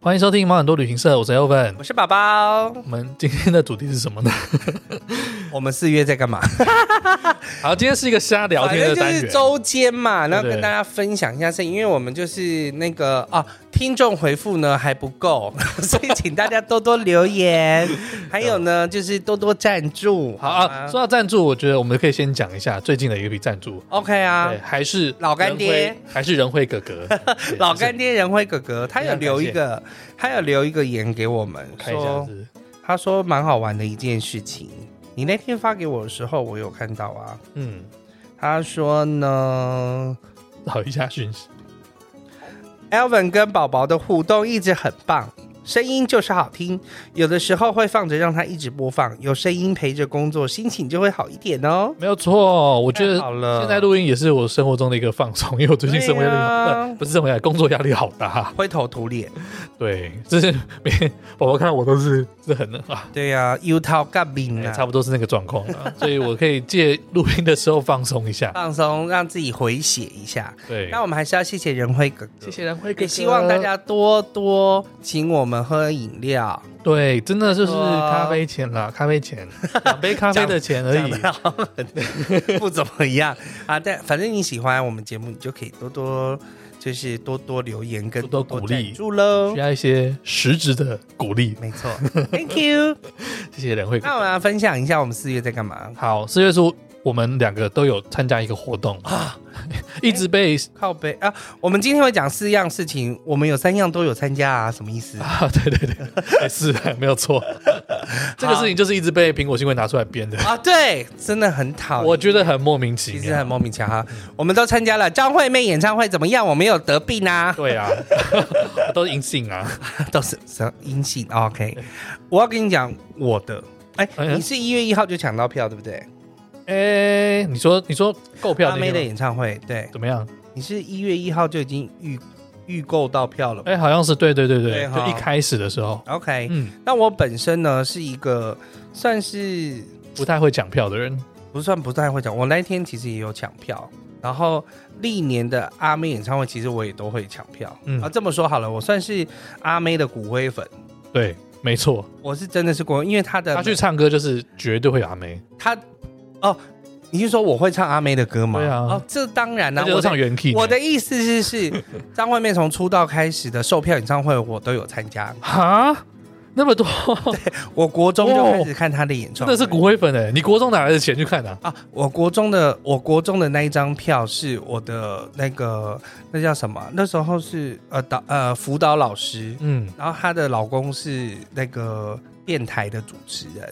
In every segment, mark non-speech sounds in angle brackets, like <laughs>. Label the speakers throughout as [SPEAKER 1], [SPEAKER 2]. [SPEAKER 1] 欢迎收听毛很多旅行社，我是 Elvin。
[SPEAKER 2] 我是宝宝。
[SPEAKER 1] 我们今天的主题是什么呢？
[SPEAKER 2] 我们四月在干嘛？
[SPEAKER 1] <laughs> 好，今天是一个瞎 <laughs> 聊
[SPEAKER 2] 反
[SPEAKER 1] 天
[SPEAKER 2] 正
[SPEAKER 1] 的
[SPEAKER 2] 就
[SPEAKER 1] 单
[SPEAKER 2] 是
[SPEAKER 1] 元。
[SPEAKER 2] 周间嘛，然后
[SPEAKER 1] 对
[SPEAKER 2] 跟大家分享一下是，因为我们就是那个啊，听众回复呢还不够， <laughs> 所以请大家多多
[SPEAKER 1] <laughs>
[SPEAKER 2] 留言，还有呢就是多多赞助。
[SPEAKER 1] 好
[SPEAKER 2] 吗
[SPEAKER 1] 啊，说到赞助，我觉得我们可以先讲一下最近的一笔赞助。
[SPEAKER 2] OK 啊
[SPEAKER 1] 对，，还是
[SPEAKER 2] 老干爹
[SPEAKER 1] 仁辉，还是仁辉哥
[SPEAKER 2] <laughs>
[SPEAKER 1] 哥，对
[SPEAKER 2] 老
[SPEAKER 1] 就是
[SPEAKER 2] 干爹仁辉哥哥他有留一个，他有留一个言给我们，
[SPEAKER 1] 看一下
[SPEAKER 2] 说
[SPEAKER 1] 是
[SPEAKER 2] 他说蛮好玩的一件事情。你那天发给我的时候，我有看到啊。
[SPEAKER 1] 嗯，
[SPEAKER 2] 他说呢，
[SPEAKER 1] 找一下讯息。
[SPEAKER 2] Elvin 跟宝宝的互动一直很棒，声音就是好听。有的时候会放着让它一直播放，有声音陪着工作，心情就会好一点哦。
[SPEAKER 1] 没有错，我
[SPEAKER 2] 我
[SPEAKER 1] 觉得
[SPEAKER 2] 好了，
[SPEAKER 1] 现在录音也是我生活中的一个放松，因为我最近生活压力、
[SPEAKER 2] 对啊
[SPEAKER 1] 呃不是生活压力，工作压力好大。
[SPEAKER 2] 灰头土脸。
[SPEAKER 1] 对，就是每天 <laughs> 宝宝看到我都是是很 <laughs> 啊，
[SPEAKER 2] 对呀、啊，油桃干饼
[SPEAKER 1] 哎
[SPEAKER 2] 啊，
[SPEAKER 1] 差不多是那个状况啊， <laughs> 所以我可以借录音的时候放松一下。
[SPEAKER 2] 放松，让自己回血一下。
[SPEAKER 1] 对，
[SPEAKER 2] 啊那我们还是要谢谢仁辉哥哥，
[SPEAKER 1] 谢谢人辉哥哥，
[SPEAKER 2] 也希望大家多多请我们喝饮料。
[SPEAKER 1] 对，真的就是
[SPEAKER 2] 哇
[SPEAKER 1] 咖啡钱啦，咖啡钱，两杯咖啡的钱而已。
[SPEAKER 2] 讲到不怎么样啊，但反正你喜欢我们节目，你就可以多多就是多多留言跟
[SPEAKER 1] 多多鼓励
[SPEAKER 2] 住喽
[SPEAKER 1] 需。要一些实质的鼓励，
[SPEAKER 2] 没错，Thank you。
[SPEAKER 1] 谢谢人会。
[SPEAKER 2] 那我们来分享一下我们四月在干嘛？
[SPEAKER 1] 好，四月初我们两个都有参加一个活动啊，一直被
[SPEAKER 2] 靠背啊，我们今天会讲四样事情，我们有三样都有参加啊，什么意思？
[SPEAKER 1] 啊，对对对，哎是没有错。这个事情就是一直被苹果新闻拿出来编的，
[SPEAKER 2] 啊，对，真的很讨厌，
[SPEAKER 1] 我觉得很莫名其
[SPEAKER 2] 其实
[SPEAKER 1] 妙。
[SPEAKER 2] 很莫名其妙哈。我们都参加了张惠妹演唱会，怎么样？我没有得病啊，
[SPEAKER 1] 对啊，都是阴性啊。 <laughs>
[SPEAKER 2] 都是什么阴性？OK，我要跟你讲我的。哎，
[SPEAKER 1] 哎呀
[SPEAKER 2] 你是一月一号就抢到票，对不对？
[SPEAKER 1] 哎，你说你说购票
[SPEAKER 2] 阿
[SPEAKER 1] 那
[SPEAKER 2] 妹的
[SPEAKER 1] 个吗
[SPEAKER 2] 演唱会，对，
[SPEAKER 1] 怎么样？
[SPEAKER 2] 你是一月一号就已经预预购到票了吧。
[SPEAKER 1] 哎，好像是对对对对，
[SPEAKER 2] 对哎
[SPEAKER 1] 就
[SPEAKER 2] 哈
[SPEAKER 1] 一开始的时候，
[SPEAKER 2] OK，
[SPEAKER 1] 嗯，
[SPEAKER 2] 那我本身呢是一个算是
[SPEAKER 1] 不太会抢票的人，
[SPEAKER 2] 不算不太会抢，我那一天其实也有抢票，然后历年的阿妹演唱会其实我也都会抢票。
[SPEAKER 1] 嗯
[SPEAKER 2] 啊，这么说好了，我算是阿妹的骨灰粉，
[SPEAKER 1] 对，没错，
[SPEAKER 2] 我是真的是骨灰，因为她的
[SPEAKER 1] 他去唱歌就是绝对会有阿妹，
[SPEAKER 2] 她哦，你是说我会唱阿妹的歌吗？
[SPEAKER 1] 对啊
[SPEAKER 2] 哦，这当然啦、
[SPEAKER 1] 而且
[SPEAKER 2] 我
[SPEAKER 1] 都
[SPEAKER 2] 的
[SPEAKER 1] 唱原 key 呢。
[SPEAKER 2] 我的意思
[SPEAKER 1] <laughs>
[SPEAKER 2] 是是张惠妹从出道开始的售票演唱会我都有参加，
[SPEAKER 1] 哈，那么多， <laughs>
[SPEAKER 2] 我国中就开始看她的演唱
[SPEAKER 1] 真
[SPEAKER 2] 会，
[SPEAKER 1] 哦的是骨灰粉哎！你国中哪来的钱去看啊？
[SPEAKER 2] 啊！我国中的我国中的那一张票是我的那个那叫什么？那时候是呃导呃辅导老师，
[SPEAKER 1] 嗯
[SPEAKER 2] 然后她的老公是那个电台的主持人，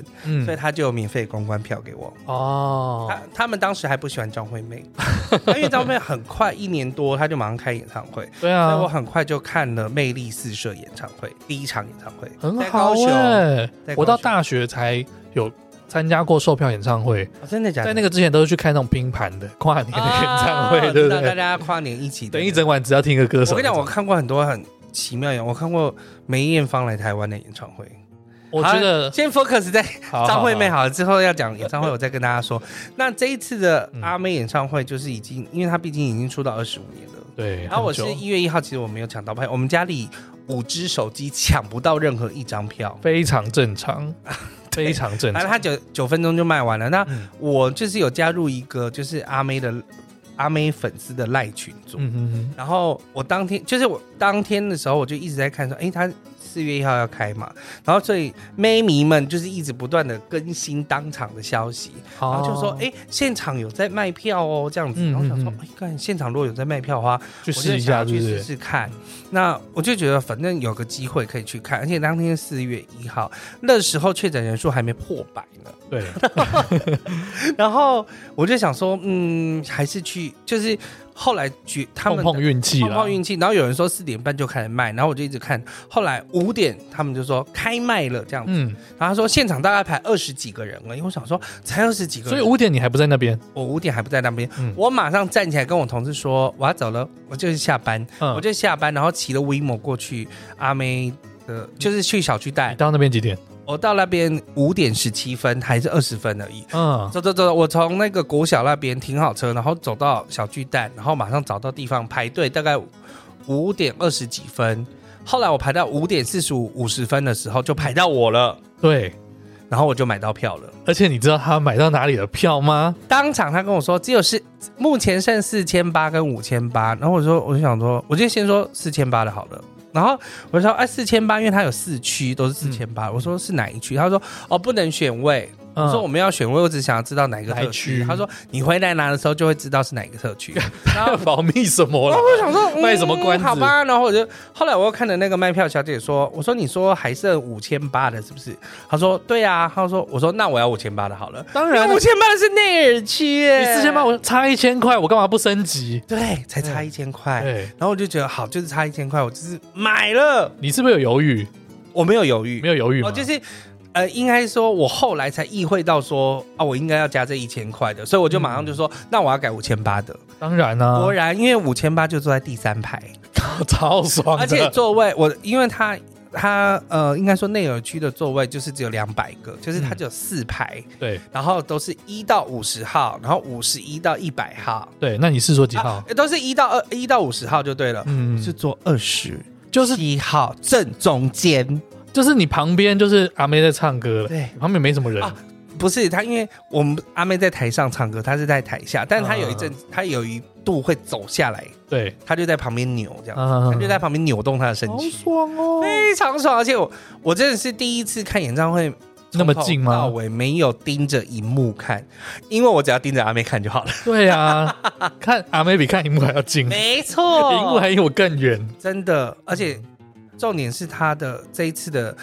[SPEAKER 2] 所
[SPEAKER 1] 嗯，
[SPEAKER 2] 以她就有免费公关票给我。
[SPEAKER 1] 哦
[SPEAKER 2] 他他们当时还不喜欢张惠妹， <laughs> 因为张惠妹很快一年多，她就马上开演唱会，
[SPEAKER 1] 对
[SPEAKER 2] 所以我
[SPEAKER 1] 啊，
[SPEAKER 2] 很快就看了《魅力四射》演唱会，第一场演唱会
[SPEAKER 1] 很
[SPEAKER 2] 在
[SPEAKER 1] 好
[SPEAKER 2] 高雄，
[SPEAKER 1] 哎、
[SPEAKER 2] 在高雄
[SPEAKER 1] 我到大学才有参加过售票演唱会，
[SPEAKER 2] 哦真的假的？
[SPEAKER 1] 在那个之前都是去看那种拼盘的跨年的演唱会，
[SPEAKER 2] 啊
[SPEAKER 1] 对不
[SPEAKER 2] 知道大
[SPEAKER 1] 对？
[SPEAKER 2] 家跨年一起的
[SPEAKER 1] 等一整晚只要听个歌手。
[SPEAKER 2] 我跟你讲，我看过很多很奇妙的演，我看过梅艳芳来台湾的演唱会。
[SPEAKER 1] 我觉
[SPEAKER 2] 好
[SPEAKER 1] 得
[SPEAKER 2] 先 focus 在
[SPEAKER 1] 好
[SPEAKER 2] 张惠妹
[SPEAKER 1] 好
[SPEAKER 2] 好了，之后要讲演唱会，我再跟大家说。那这一次的
[SPEAKER 1] 嗯
[SPEAKER 2] 阿妹演唱会，就是已经，因为她毕竟已经出道二十五年了。
[SPEAKER 1] 好对，
[SPEAKER 2] 然后我
[SPEAKER 1] 很
[SPEAKER 2] 是
[SPEAKER 1] 久
[SPEAKER 2] 一月一号，其实我没有抢到票，我们家里五只手机抢不到任何一张票。
[SPEAKER 1] 非常正
[SPEAKER 2] <laughs>
[SPEAKER 1] 常，非常正
[SPEAKER 2] 然后
[SPEAKER 1] 常。
[SPEAKER 2] 他九九分钟就卖完了。那
[SPEAKER 1] 嗯
[SPEAKER 2] 我就是有加入一个就是阿妹的阿妹粉丝的赖群组，
[SPEAKER 1] 嗯嗯嗯，
[SPEAKER 2] 然后我当天就是我当天的时候，我就一直在看说，诶，他四月一号要开嘛，然后所以妹迷们就是一直不断的更新当场的消息，然后就说，
[SPEAKER 1] 哦
[SPEAKER 2] 诶，现场有在卖票哦，这样子。
[SPEAKER 1] 嗯
[SPEAKER 2] 然后想说
[SPEAKER 1] 嗯，
[SPEAKER 2] 哎，看现场如果有在卖票的话，
[SPEAKER 1] 去
[SPEAKER 2] 我
[SPEAKER 1] 试
[SPEAKER 2] 就
[SPEAKER 1] 一
[SPEAKER 2] 想
[SPEAKER 1] 下，
[SPEAKER 2] 要
[SPEAKER 1] 对
[SPEAKER 2] 去
[SPEAKER 1] 不
[SPEAKER 2] 试
[SPEAKER 1] 对？
[SPEAKER 2] 试看。那我就觉得反正有个机会可以去看，而且当天四月一号，那时候确诊人数还没破百呢。
[SPEAKER 1] 对，
[SPEAKER 2] 然后我就想说，嗯，还是去，就是后来觉他
[SPEAKER 1] 碰
[SPEAKER 2] 们
[SPEAKER 1] 碰运气
[SPEAKER 2] 碰
[SPEAKER 1] 啦
[SPEAKER 2] 碰。运气，然后有人说四点半就开始卖，然后我就一直看，后来五点他们就说开卖了这样子，
[SPEAKER 1] 嗯，
[SPEAKER 2] 然后他说现场大概排二十几个人了，因为我想说才二十几个
[SPEAKER 1] 所
[SPEAKER 2] 人，
[SPEAKER 1] 以五点你还不在那边，
[SPEAKER 2] 我五点还不在那边，
[SPEAKER 1] 嗯
[SPEAKER 2] 我马上站起来跟我同事说我要走了，我就是下班，
[SPEAKER 1] 嗯
[SPEAKER 2] 我就下班，然后骑了 WeMo 过去阿妹的，就是去小区带
[SPEAKER 1] 你，到那边几
[SPEAKER 2] <laughs>
[SPEAKER 1] 点？
[SPEAKER 2] 我到那边五点十七分还是二十分而已。
[SPEAKER 1] 嗯，
[SPEAKER 2] 走走走，我从那个国小那边停好车，然后走到小巨蛋，然后马上找到地方排队，大概五点二十几分。后来我排到五点四十五五十分的时候，就排到我了，
[SPEAKER 1] 对，
[SPEAKER 2] 然后我就买到票了。
[SPEAKER 1] 而且你知道他买到哪里的票吗？
[SPEAKER 2] 当场他跟我说，只有是目前剩四千八跟五千八，然后我说我就想说，我就先说四千八的好了。然后我就说，哎、四千八，因为它有四区都是四千八。我说是哪一区？他说哦，不能选位。
[SPEAKER 1] 嗯
[SPEAKER 2] 我说我们要选位，我只想要知道哪一个
[SPEAKER 1] 哪
[SPEAKER 2] 特
[SPEAKER 1] 一
[SPEAKER 2] 区。
[SPEAKER 1] 区
[SPEAKER 2] 他说你回来拿的时候就会知道是哪一个特
[SPEAKER 1] <laughs>
[SPEAKER 2] 区。然后
[SPEAKER 1] 保密什么
[SPEAKER 2] 然
[SPEAKER 1] 了
[SPEAKER 2] 后？我想说、嗯
[SPEAKER 1] 卖什么关子
[SPEAKER 2] 好吧，然后我就后来我又看了那个卖票小姐说，我说你说还剩五千八的，是不是？她说对啊。她说我说那我要五千八的好了。
[SPEAKER 1] 当然
[SPEAKER 2] 五千八的是内尔区耶，
[SPEAKER 1] 你四千八，我差一千块，我干嘛不升级？
[SPEAKER 2] 对，才差一千块。
[SPEAKER 1] 对，
[SPEAKER 2] 然后我就觉得好，就是差一千块，我就是买了，
[SPEAKER 1] 你是不是有犹豫？
[SPEAKER 2] 我没有犹豫，
[SPEAKER 1] 没有犹豫吗？
[SPEAKER 2] 哦，就是呃，应该说，我后来才意会到说啊，我应该要加这一千块的，所以我就马上就说，
[SPEAKER 1] 嗯
[SPEAKER 2] 那我要改五千八的。
[SPEAKER 1] 当然啊啦、
[SPEAKER 2] 果然，因为五千八就坐在第三排，
[SPEAKER 1] <laughs> 超爽哦的，
[SPEAKER 2] 而且座位我因为它它呃，应该说内尔区的座位就是只有两百个，就是它
[SPEAKER 1] 嗯
[SPEAKER 2] 只有四排，
[SPEAKER 1] 对
[SPEAKER 2] 然后都是一到五十号，然后五十一到一百号，
[SPEAKER 1] 对，那你是说几号？
[SPEAKER 2] 啊都是一到二一到五十号就对了。
[SPEAKER 1] 嗯，就
[SPEAKER 2] 是坐二十，
[SPEAKER 1] 就是
[SPEAKER 2] 一号正中间。
[SPEAKER 1] 就是你旁边就是阿妹在唱歌了，
[SPEAKER 2] 对
[SPEAKER 1] 旁边没什么人，
[SPEAKER 2] 啊不是他，因为我们阿妹在台上唱歌，她是在台下，但她有一
[SPEAKER 1] 啊
[SPEAKER 2] 阵，她有一度会走下来，
[SPEAKER 1] 对，
[SPEAKER 2] 她就在旁边扭这样，
[SPEAKER 1] 啊
[SPEAKER 2] 她就在旁边扭动她的身
[SPEAKER 1] 好
[SPEAKER 2] 躯，
[SPEAKER 1] 爽哦，
[SPEAKER 2] 非常爽。而且我我真的是第一次看演唱会。
[SPEAKER 1] 那么近吗
[SPEAKER 2] 从头到尾没有盯着荧幕看，因为我只要盯着阿妹看就好了。
[SPEAKER 1] 对
[SPEAKER 2] <laughs>
[SPEAKER 1] 啊，看阿妹比看荧幕还要近，荧
[SPEAKER 2] 没错
[SPEAKER 1] 幕还离我更远，
[SPEAKER 2] 真的，而且
[SPEAKER 1] 嗯
[SPEAKER 2] 重点是她的这一次的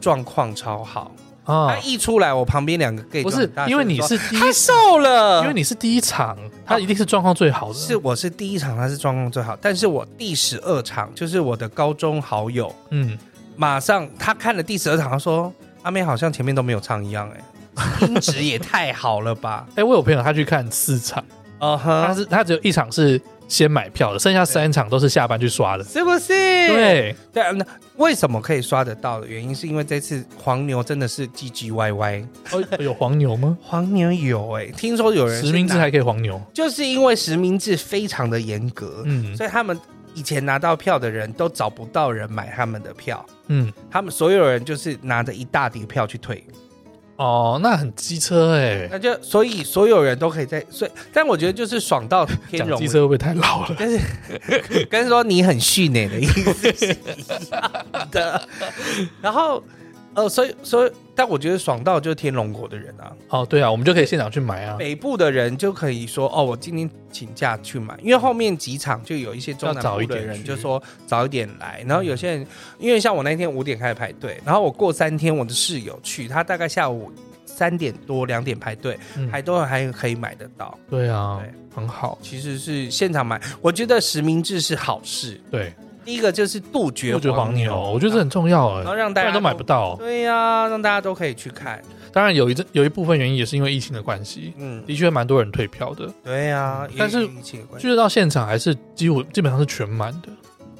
[SPEAKER 2] 状况超好。
[SPEAKER 1] 啊
[SPEAKER 2] 他，一出来，我旁边两个 gay
[SPEAKER 1] 不
[SPEAKER 2] 就
[SPEAKER 1] 是
[SPEAKER 2] 很大声
[SPEAKER 1] 因为你
[SPEAKER 2] 说
[SPEAKER 1] 是
[SPEAKER 2] <laughs>
[SPEAKER 1] 第一
[SPEAKER 2] 他，瘦了，
[SPEAKER 1] 因为你是第一场，他一定是状况最好的，
[SPEAKER 2] 是我是第一场，他是状况最好，但是我第十二场就是我的高中好友，
[SPEAKER 1] 嗯，
[SPEAKER 2] 马上他看了第十二场，他说阿妹好像前面都没有唱一样、哎，音质也太好了吧？
[SPEAKER 1] 哎，我有朋友他去看四场，
[SPEAKER 2] 哦
[SPEAKER 1] 他
[SPEAKER 2] 哼，
[SPEAKER 1] 是他只有一场是先买票的，剩下三场都是下班去刷的，
[SPEAKER 2] 是不是？
[SPEAKER 1] 对，
[SPEAKER 2] 对啊，那为什么可以刷得到的原因，是因为这次黄牛真的是唧唧歪歪，
[SPEAKER 1] 哦，有黄牛吗？
[SPEAKER 2] 黄牛有哎、听说有人
[SPEAKER 1] 实名制
[SPEAKER 2] 还
[SPEAKER 1] 还可以黄牛，
[SPEAKER 2] 就是因为实名制非常的严格，
[SPEAKER 1] 嗯
[SPEAKER 2] 所以他们以前拿到票的人都找不到人买他们的票，
[SPEAKER 1] 嗯，
[SPEAKER 2] 他们所有人就是拿着一大叠票去退，
[SPEAKER 1] 哦，那很机车哎，
[SPEAKER 2] 那就所以所有人都可以在，所以但我觉得就是爽到
[SPEAKER 1] <laughs>
[SPEAKER 2] 天
[SPEAKER 1] 讲
[SPEAKER 2] 容
[SPEAKER 1] 机，车会不会太老了？
[SPEAKER 2] 但是跟说你很蓄馁的意
[SPEAKER 1] <laughs>
[SPEAKER 2] 思是一样的，然后呃，所以所以但我觉得爽到就是天龙国的人啊，
[SPEAKER 1] 哦，对啊，我们就可以现场去买啊，
[SPEAKER 2] 北部的人就可以说哦，我今天请假去买，因为后面几场就有一些中
[SPEAKER 1] 要
[SPEAKER 2] 南
[SPEAKER 1] 早
[SPEAKER 2] 部
[SPEAKER 1] 一
[SPEAKER 2] 的
[SPEAKER 1] 点
[SPEAKER 2] 人
[SPEAKER 1] 去
[SPEAKER 2] 就说早一点来，然后有些人因为像我那天五点开始排队，然后我过三天我的室友去，他大概下午三点多两点排队，
[SPEAKER 1] 嗯
[SPEAKER 2] 还都还可以买得到。
[SPEAKER 1] 对啊
[SPEAKER 2] 对，
[SPEAKER 1] 很好，
[SPEAKER 2] 其实是现场买，我觉得实名制是好事。
[SPEAKER 1] 对，
[SPEAKER 2] 第一个就是杜绝
[SPEAKER 1] 我觉得黄牛，我觉得这很重要哎，
[SPEAKER 2] 然后
[SPEAKER 1] 不
[SPEAKER 2] 让啊大家
[SPEAKER 1] 然都买不到。
[SPEAKER 2] 对呀、让大家都可以去看。
[SPEAKER 1] 当然有一阵有一部分原因也是因为疫情的关系，
[SPEAKER 2] 嗯，
[SPEAKER 1] 的确蛮多人退票的，
[SPEAKER 2] 对呀、也
[SPEAKER 1] 但是
[SPEAKER 2] 也一切关系
[SPEAKER 1] 就是到现场还是几乎基本上是全满的。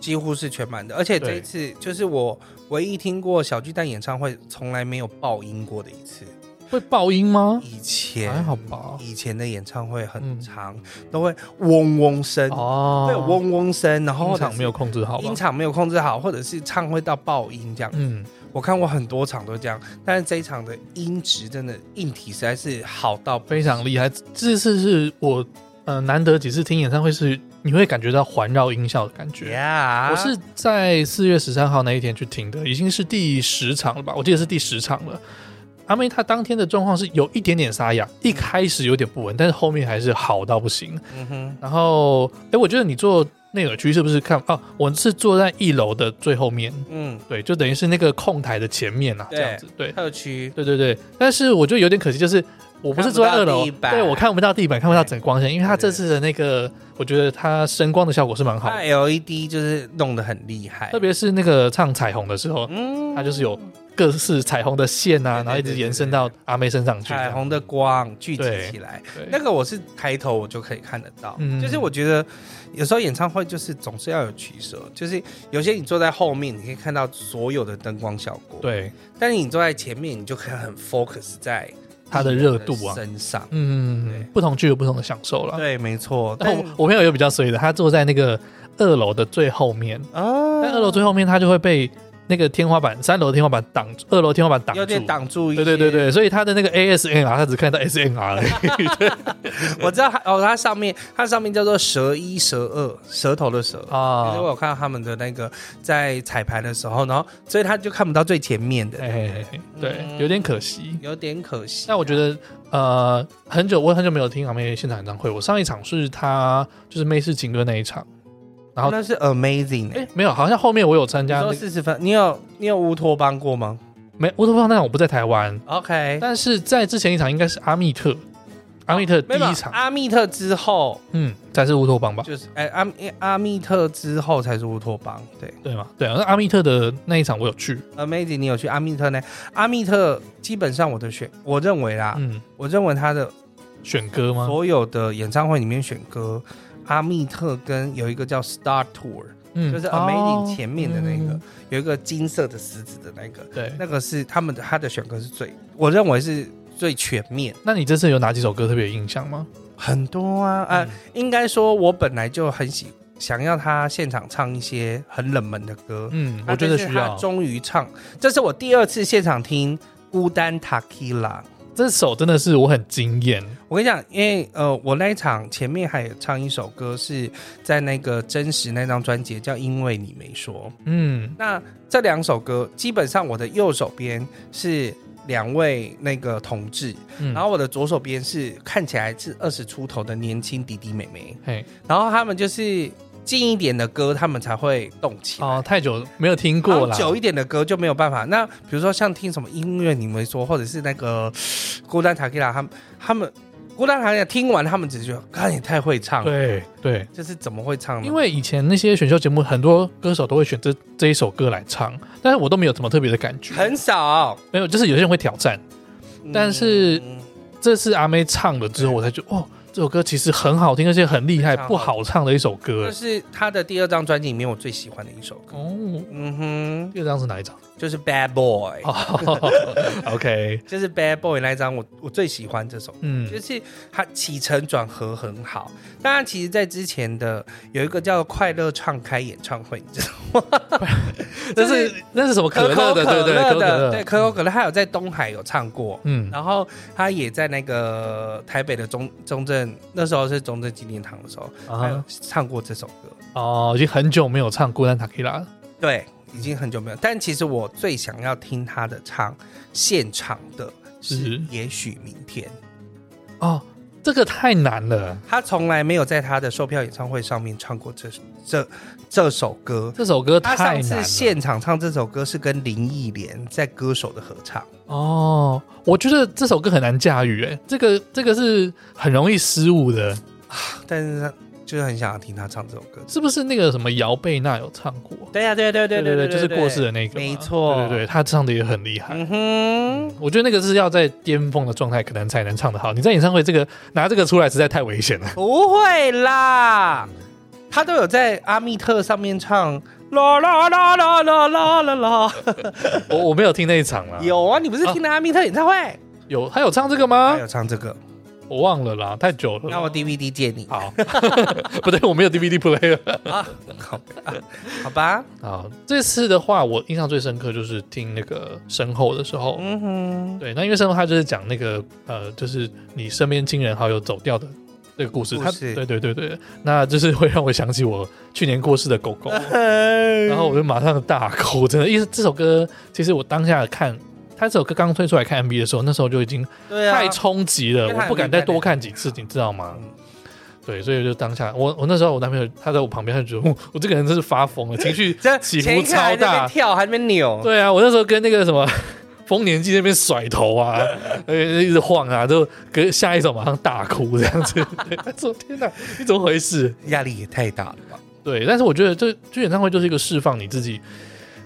[SPEAKER 2] 几乎是全满的，而且这
[SPEAKER 1] 对
[SPEAKER 2] 一次就是我唯一听过小巨蛋演唱会从来没有爆音过的一次。
[SPEAKER 1] 会爆音吗？
[SPEAKER 2] 以前
[SPEAKER 1] 还好吧
[SPEAKER 2] 以前的演唱会很
[SPEAKER 1] 嗯
[SPEAKER 2] 长，都会嗡嗡声，
[SPEAKER 1] 哦，
[SPEAKER 2] 会有嗡嗡声，然后
[SPEAKER 1] 音
[SPEAKER 2] 或者
[SPEAKER 1] 场没有控制好
[SPEAKER 2] 是
[SPEAKER 1] 吧
[SPEAKER 2] 音？场没有控制好，或者是唱会到爆音这样。
[SPEAKER 1] 嗯，
[SPEAKER 2] 我看过很多场都这样，但是这一场的音质真的硬体实在是好到不
[SPEAKER 1] 非常厉害。这次是我呃难得几次听演唱会是你会感觉到环绕音效的感觉。
[SPEAKER 2] 呀！
[SPEAKER 1] 我是在四月十三号那一天去听的，已经是第十场了吧？我记得是第十场了。阿妹她当天的状况是有一点点沙哑，一开始有点不稳，但是后面还是好到不行。
[SPEAKER 2] 嗯哼，
[SPEAKER 1] 然后，哎，我觉得你坐内耳区是不是看？哦，我是坐在一楼的最后面，
[SPEAKER 2] 嗯，
[SPEAKER 1] 对，就等于是那个控台的前面啊，
[SPEAKER 2] 对
[SPEAKER 1] 这样子，对，
[SPEAKER 2] 特区
[SPEAKER 1] 对对对。但是我觉得有点可惜，就是我不是坐在二楼
[SPEAKER 2] 看不到地，板
[SPEAKER 1] 对我看不到地板，看不到整个光线，因为它这次的那个，我觉得它声光的效果是蛮好的
[SPEAKER 2] 它。LED 就是弄得很厉害，
[SPEAKER 1] 特别是那个唱彩虹的时候，
[SPEAKER 2] 嗯
[SPEAKER 1] 它就是有各式彩虹的线啊，
[SPEAKER 2] 对对对
[SPEAKER 1] 然后一直延伸到阿妹身上去。
[SPEAKER 2] 彩虹的光聚集
[SPEAKER 1] 对
[SPEAKER 2] 起来。
[SPEAKER 1] 对，
[SPEAKER 2] 那个我是抬头我就可以看得到，
[SPEAKER 1] 嗯
[SPEAKER 2] 就是我觉得有时候演唱会就是总是要有取舍，就是有些你坐在后面你可以看到所有的灯光效果，，
[SPEAKER 1] 对
[SPEAKER 2] 但是你坐在前面你就可以很 focus 在
[SPEAKER 1] 它的热度啊，
[SPEAKER 2] 身上，
[SPEAKER 1] 嗯
[SPEAKER 2] 对，
[SPEAKER 1] 不同剧有不同的享受了。
[SPEAKER 2] 对，没错，
[SPEAKER 1] 然
[SPEAKER 2] 但
[SPEAKER 1] 后我我朋友又比较衰的，他坐在那个二楼的最后面，
[SPEAKER 2] 啊
[SPEAKER 1] 但二楼最后面它就会被那个天花板、三楼的天花板挡住，二楼天花板挡
[SPEAKER 2] 有点
[SPEAKER 1] 住。
[SPEAKER 2] 挡住一些
[SPEAKER 1] 对对对，对，所以它的那个 ASNR 它只看到 SNR 而
[SPEAKER 2] <laughs>
[SPEAKER 1] 已。
[SPEAKER 2] 我知道它哦，它上面它上面叫做蛇一、蛇二，舌头的蛇。其实我
[SPEAKER 1] 啊，
[SPEAKER 2] 有看到他们的那个在彩排的时候，然后所以他就看不到最前面的，
[SPEAKER 1] 哎，对，
[SPEAKER 2] 嗯
[SPEAKER 1] 有点可惜。
[SPEAKER 2] 有点可惜。
[SPEAKER 1] 但我觉得，呃，很久我很久没有听阿妹现场演唱会。我上一场是她就是妹式情歌那一场，然后
[SPEAKER 2] 那是 amazing
[SPEAKER 1] 哎、
[SPEAKER 2] 哎、
[SPEAKER 1] 没有，好像后面我有参
[SPEAKER 2] 你
[SPEAKER 1] 加、那
[SPEAKER 2] 说
[SPEAKER 1] 个，
[SPEAKER 2] 四十分，你有你有乌托邦过吗
[SPEAKER 1] 没乌托邦那场我不在台湾，
[SPEAKER 2] ？OK，
[SPEAKER 1] 但是在之前一场应该是阿密特，阿密特第
[SPEAKER 2] 哦没有
[SPEAKER 1] 一场，
[SPEAKER 2] 阿密特之后
[SPEAKER 1] 嗯，才是乌托邦吧？
[SPEAKER 2] 就是哎、阿密阿密特之后才是乌托邦，对
[SPEAKER 1] 对吗？对啊，那阿密特的那一场我有去，
[SPEAKER 2] amazing 你有去阿密特呢？阿密特基本上我的选，我认为啦，
[SPEAKER 1] 嗯，
[SPEAKER 2] 我认为他的
[SPEAKER 1] 选歌吗？
[SPEAKER 2] 所有的演唱会里面选歌，阿密特跟有一个叫 Star Tour。
[SPEAKER 1] 嗯
[SPEAKER 2] 就是
[SPEAKER 1] 哦
[SPEAKER 2] Amazing 前面的那个，
[SPEAKER 1] 嗯
[SPEAKER 2] 有一个金色的石子的那个，
[SPEAKER 1] 哦对，
[SPEAKER 2] 那个是他们的他的选歌是最，我认为是最全面，
[SPEAKER 1] 那你这次有哪几首歌特别有印象吗？
[SPEAKER 2] 很多啊，呃，
[SPEAKER 1] 嗯
[SPEAKER 2] 应该说我本来就很喜想要他现场唱一些很冷门的歌，
[SPEAKER 1] 嗯，
[SPEAKER 2] 那
[SPEAKER 1] 我觉
[SPEAKER 2] 啊这
[SPEAKER 1] 得
[SPEAKER 2] 次
[SPEAKER 1] 需
[SPEAKER 2] 他
[SPEAKER 1] 要
[SPEAKER 2] 终于唱，这是我第二次现场听《孤单塔 q 拉》。
[SPEAKER 1] 这首真的是我很惊艳，
[SPEAKER 2] 我跟你讲，因为呃，我那一场前面还有唱一首歌，是在那个真实那张专辑叫《因为你没说》，
[SPEAKER 1] 嗯
[SPEAKER 2] 那这两首歌，基本上我的右手边是两位那个同志，
[SPEAKER 1] 嗯，
[SPEAKER 2] 然后我的左手边是看起来是二十出头的年轻弟弟妹妹，
[SPEAKER 1] 嘿，
[SPEAKER 2] 然后他们就是近一点的歌，他们才会动起来。
[SPEAKER 1] 哦，太久没有听过
[SPEAKER 2] 然
[SPEAKER 1] 了
[SPEAKER 2] 后，久一点的歌就没有办法。那比如说像听什么音乐，你们说，或者是那个孤单塔克拉，他们他们孤单塔克拉听完，他们只是觉得，看也太会唱了，嗯
[SPEAKER 1] 对对，
[SPEAKER 2] 就是怎么会唱呢？
[SPEAKER 1] 因为以前那些选秀节目，很多歌手都会选这这一首歌来唱，但是我都没有什么特别的感觉，
[SPEAKER 2] 很少，
[SPEAKER 1] 没有，就是有些人会挑战。但是
[SPEAKER 2] 嗯
[SPEAKER 1] 这次阿妹唱了之后，
[SPEAKER 2] 对
[SPEAKER 1] 我才觉得哦，这首歌其实很好听，而且很厉害
[SPEAKER 2] 非，常好
[SPEAKER 1] 不好唱的一首歌
[SPEAKER 2] 这。是他的第二张专辑里面我最喜欢的一首歌。
[SPEAKER 1] 哦，
[SPEAKER 2] 嗯哼，
[SPEAKER 1] 第二张是哪一张？
[SPEAKER 2] 就是 Bad Boy，、
[SPEAKER 1] 哦 <laughs> ，OK，
[SPEAKER 2] 就是 Bad Boy 那一张我我最喜欢这首歌，
[SPEAKER 1] 嗯
[SPEAKER 2] 就是它起承转合很好。当然，其实在之前的有一个叫快乐唱开演唱会，你知道 <laughs>
[SPEAKER 1] 那是那是什么可乐的，对不对？可
[SPEAKER 2] 可乐
[SPEAKER 1] 口可
[SPEAKER 2] 的，
[SPEAKER 1] 乐，
[SPEAKER 2] 对可口可乐，他有在东海有唱过。
[SPEAKER 1] 嗯，
[SPEAKER 2] 然后他也在那个台北的中中正，那时候是中正纪念堂的时候，
[SPEAKER 1] 啊
[SPEAKER 2] 他有
[SPEAKER 1] 哈，
[SPEAKER 2] 唱过这首歌。
[SPEAKER 1] 哦，已经很久没有唱《孤单塔 Q 拉》了。
[SPEAKER 2] 对，已经很久没有。但其实我最想要听他的唱现场的是
[SPEAKER 1] 是
[SPEAKER 2] 《也许明天》，
[SPEAKER 1] 哦，这个太难了，
[SPEAKER 2] 他从来没有在他的售票演唱会上面唱过这这这首歌。
[SPEAKER 1] 这首歌
[SPEAKER 2] 他
[SPEAKER 1] 太
[SPEAKER 2] 上
[SPEAKER 1] 难
[SPEAKER 2] 次
[SPEAKER 1] 了。
[SPEAKER 2] 现场唱这首歌是跟林忆莲在歌手的合唱，
[SPEAKER 1] 哦，我觉得这首歌很难驾驭，哎，这个这个是很容易失误的，
[SPEAKER 2] 但是他就是很想要听他唱这首歌。
[SPEAKER 1] 是不是？那个什么姚贝娜有唱过？
[SPEAKER 2] 对啊呀、对对对
[SPEAKER 1] 对就是过世的那个嘛，
[SPEAKER 2] 没错
[SPEAKER 1] 对对对，他唱的也很厉害。
[SPEAKER 2] 嗯哼，
[SPEAKER 1] 我觉得那个是要在巅峰的状态，可能才能唱得好。你在演唱会这个拿这个出来实在太危险
[SPEAKER 2] <laughs>
[SPEAKER 1] 了。
[SPEAKER 2] 不会啦，他都有在阿密特上面唱啦啦啦啦啦啦啦啦。
[SPEAKER 1] 我我没有听那一场啦，
[SPEAKER 2] 有啊，你不是听了阿密特演唱会？
[SPEAKER 1] 有他有唱这个
[SPEAKER 2] 他
[SPEAKER 1] 吗？
[SPEAKER 2] 有唱这个，
[SPEAKER 1] 我忘了啦，太久
[SPEAKER 2] 那
[SPEAKER 1] 了。
[SPEAKER 2] 我 DVD 借你。
[SPEAKER 1] 好， <laughs> 不对，我没有 DVD player。
[SPEAKER 2] 啊，好啊，好吧，
[SPEAKER 1] 啊，这次的话，我印象最深刻就是听那个身后的时候，
[SPEAKER 2] 嗯哼，
[SPEAKER 1] 对，那因为身后他就是讲那个呃，就是你身边亲人好友走掉的这个故事，
[SPEAKER 2] 故
[SPEAKER 1] 他
[SPEAKER 2] 事
[SPEAKER 1] 对对对对，那就是会让我想起我去年过世的狗
[SPEAKER 2] <laughs>
[SPEAKER 1] 狗，然
[SPEAKER 2] 然
[SPEAKER 1] 后我就马上大哭，真的，因为这首歌其实我当下看。他这首歌刚推出来看 MV 的时候，那时候就已经
[SPEAKER 2] 对啊，
[SPEAKER 1] 太冲击了，
[SPEAKER 2] 因为它
[SPEAKER 1] 我不敢
[SPEAKER 2] 很厉害
[SPEAKER 1] 再多看几次，你知道吗
[SPEAKER 2] 嗯？
[SPEAKER 1] 对，所以就当下，我我那时候我男朋友他在我旁边，他就觉得我哦我这个人真是发疯了，情绪
[SPEAKER 2] 这
[SPEAKER 1] 起
[SPEAKER 2] 前
[SPEAKER 1] 伏
[SPEAKER 2] 一刻还
[SPEAKER 1] 超
[SPEAKER 2] 在那
[SPEAKER 1] 大
[SPEAKER 2] 边，跳，还在那边扭，
[SPEAKER 1] 对啊，我那时候跟那个什么丰年祭那边甩头啊，
[SPEAKER 2] <laughs>
[SPEAKER 1] 呃，一直晃啊，就隔下一首马上大哭这样子。 <laughs> 对他说：“天哪，你怎么回事
[SPEAKER 2] 压力也太大了吧？？”
[SPEAKER 1] 对，但是我觉得这这演唱会就是一个释放你自己。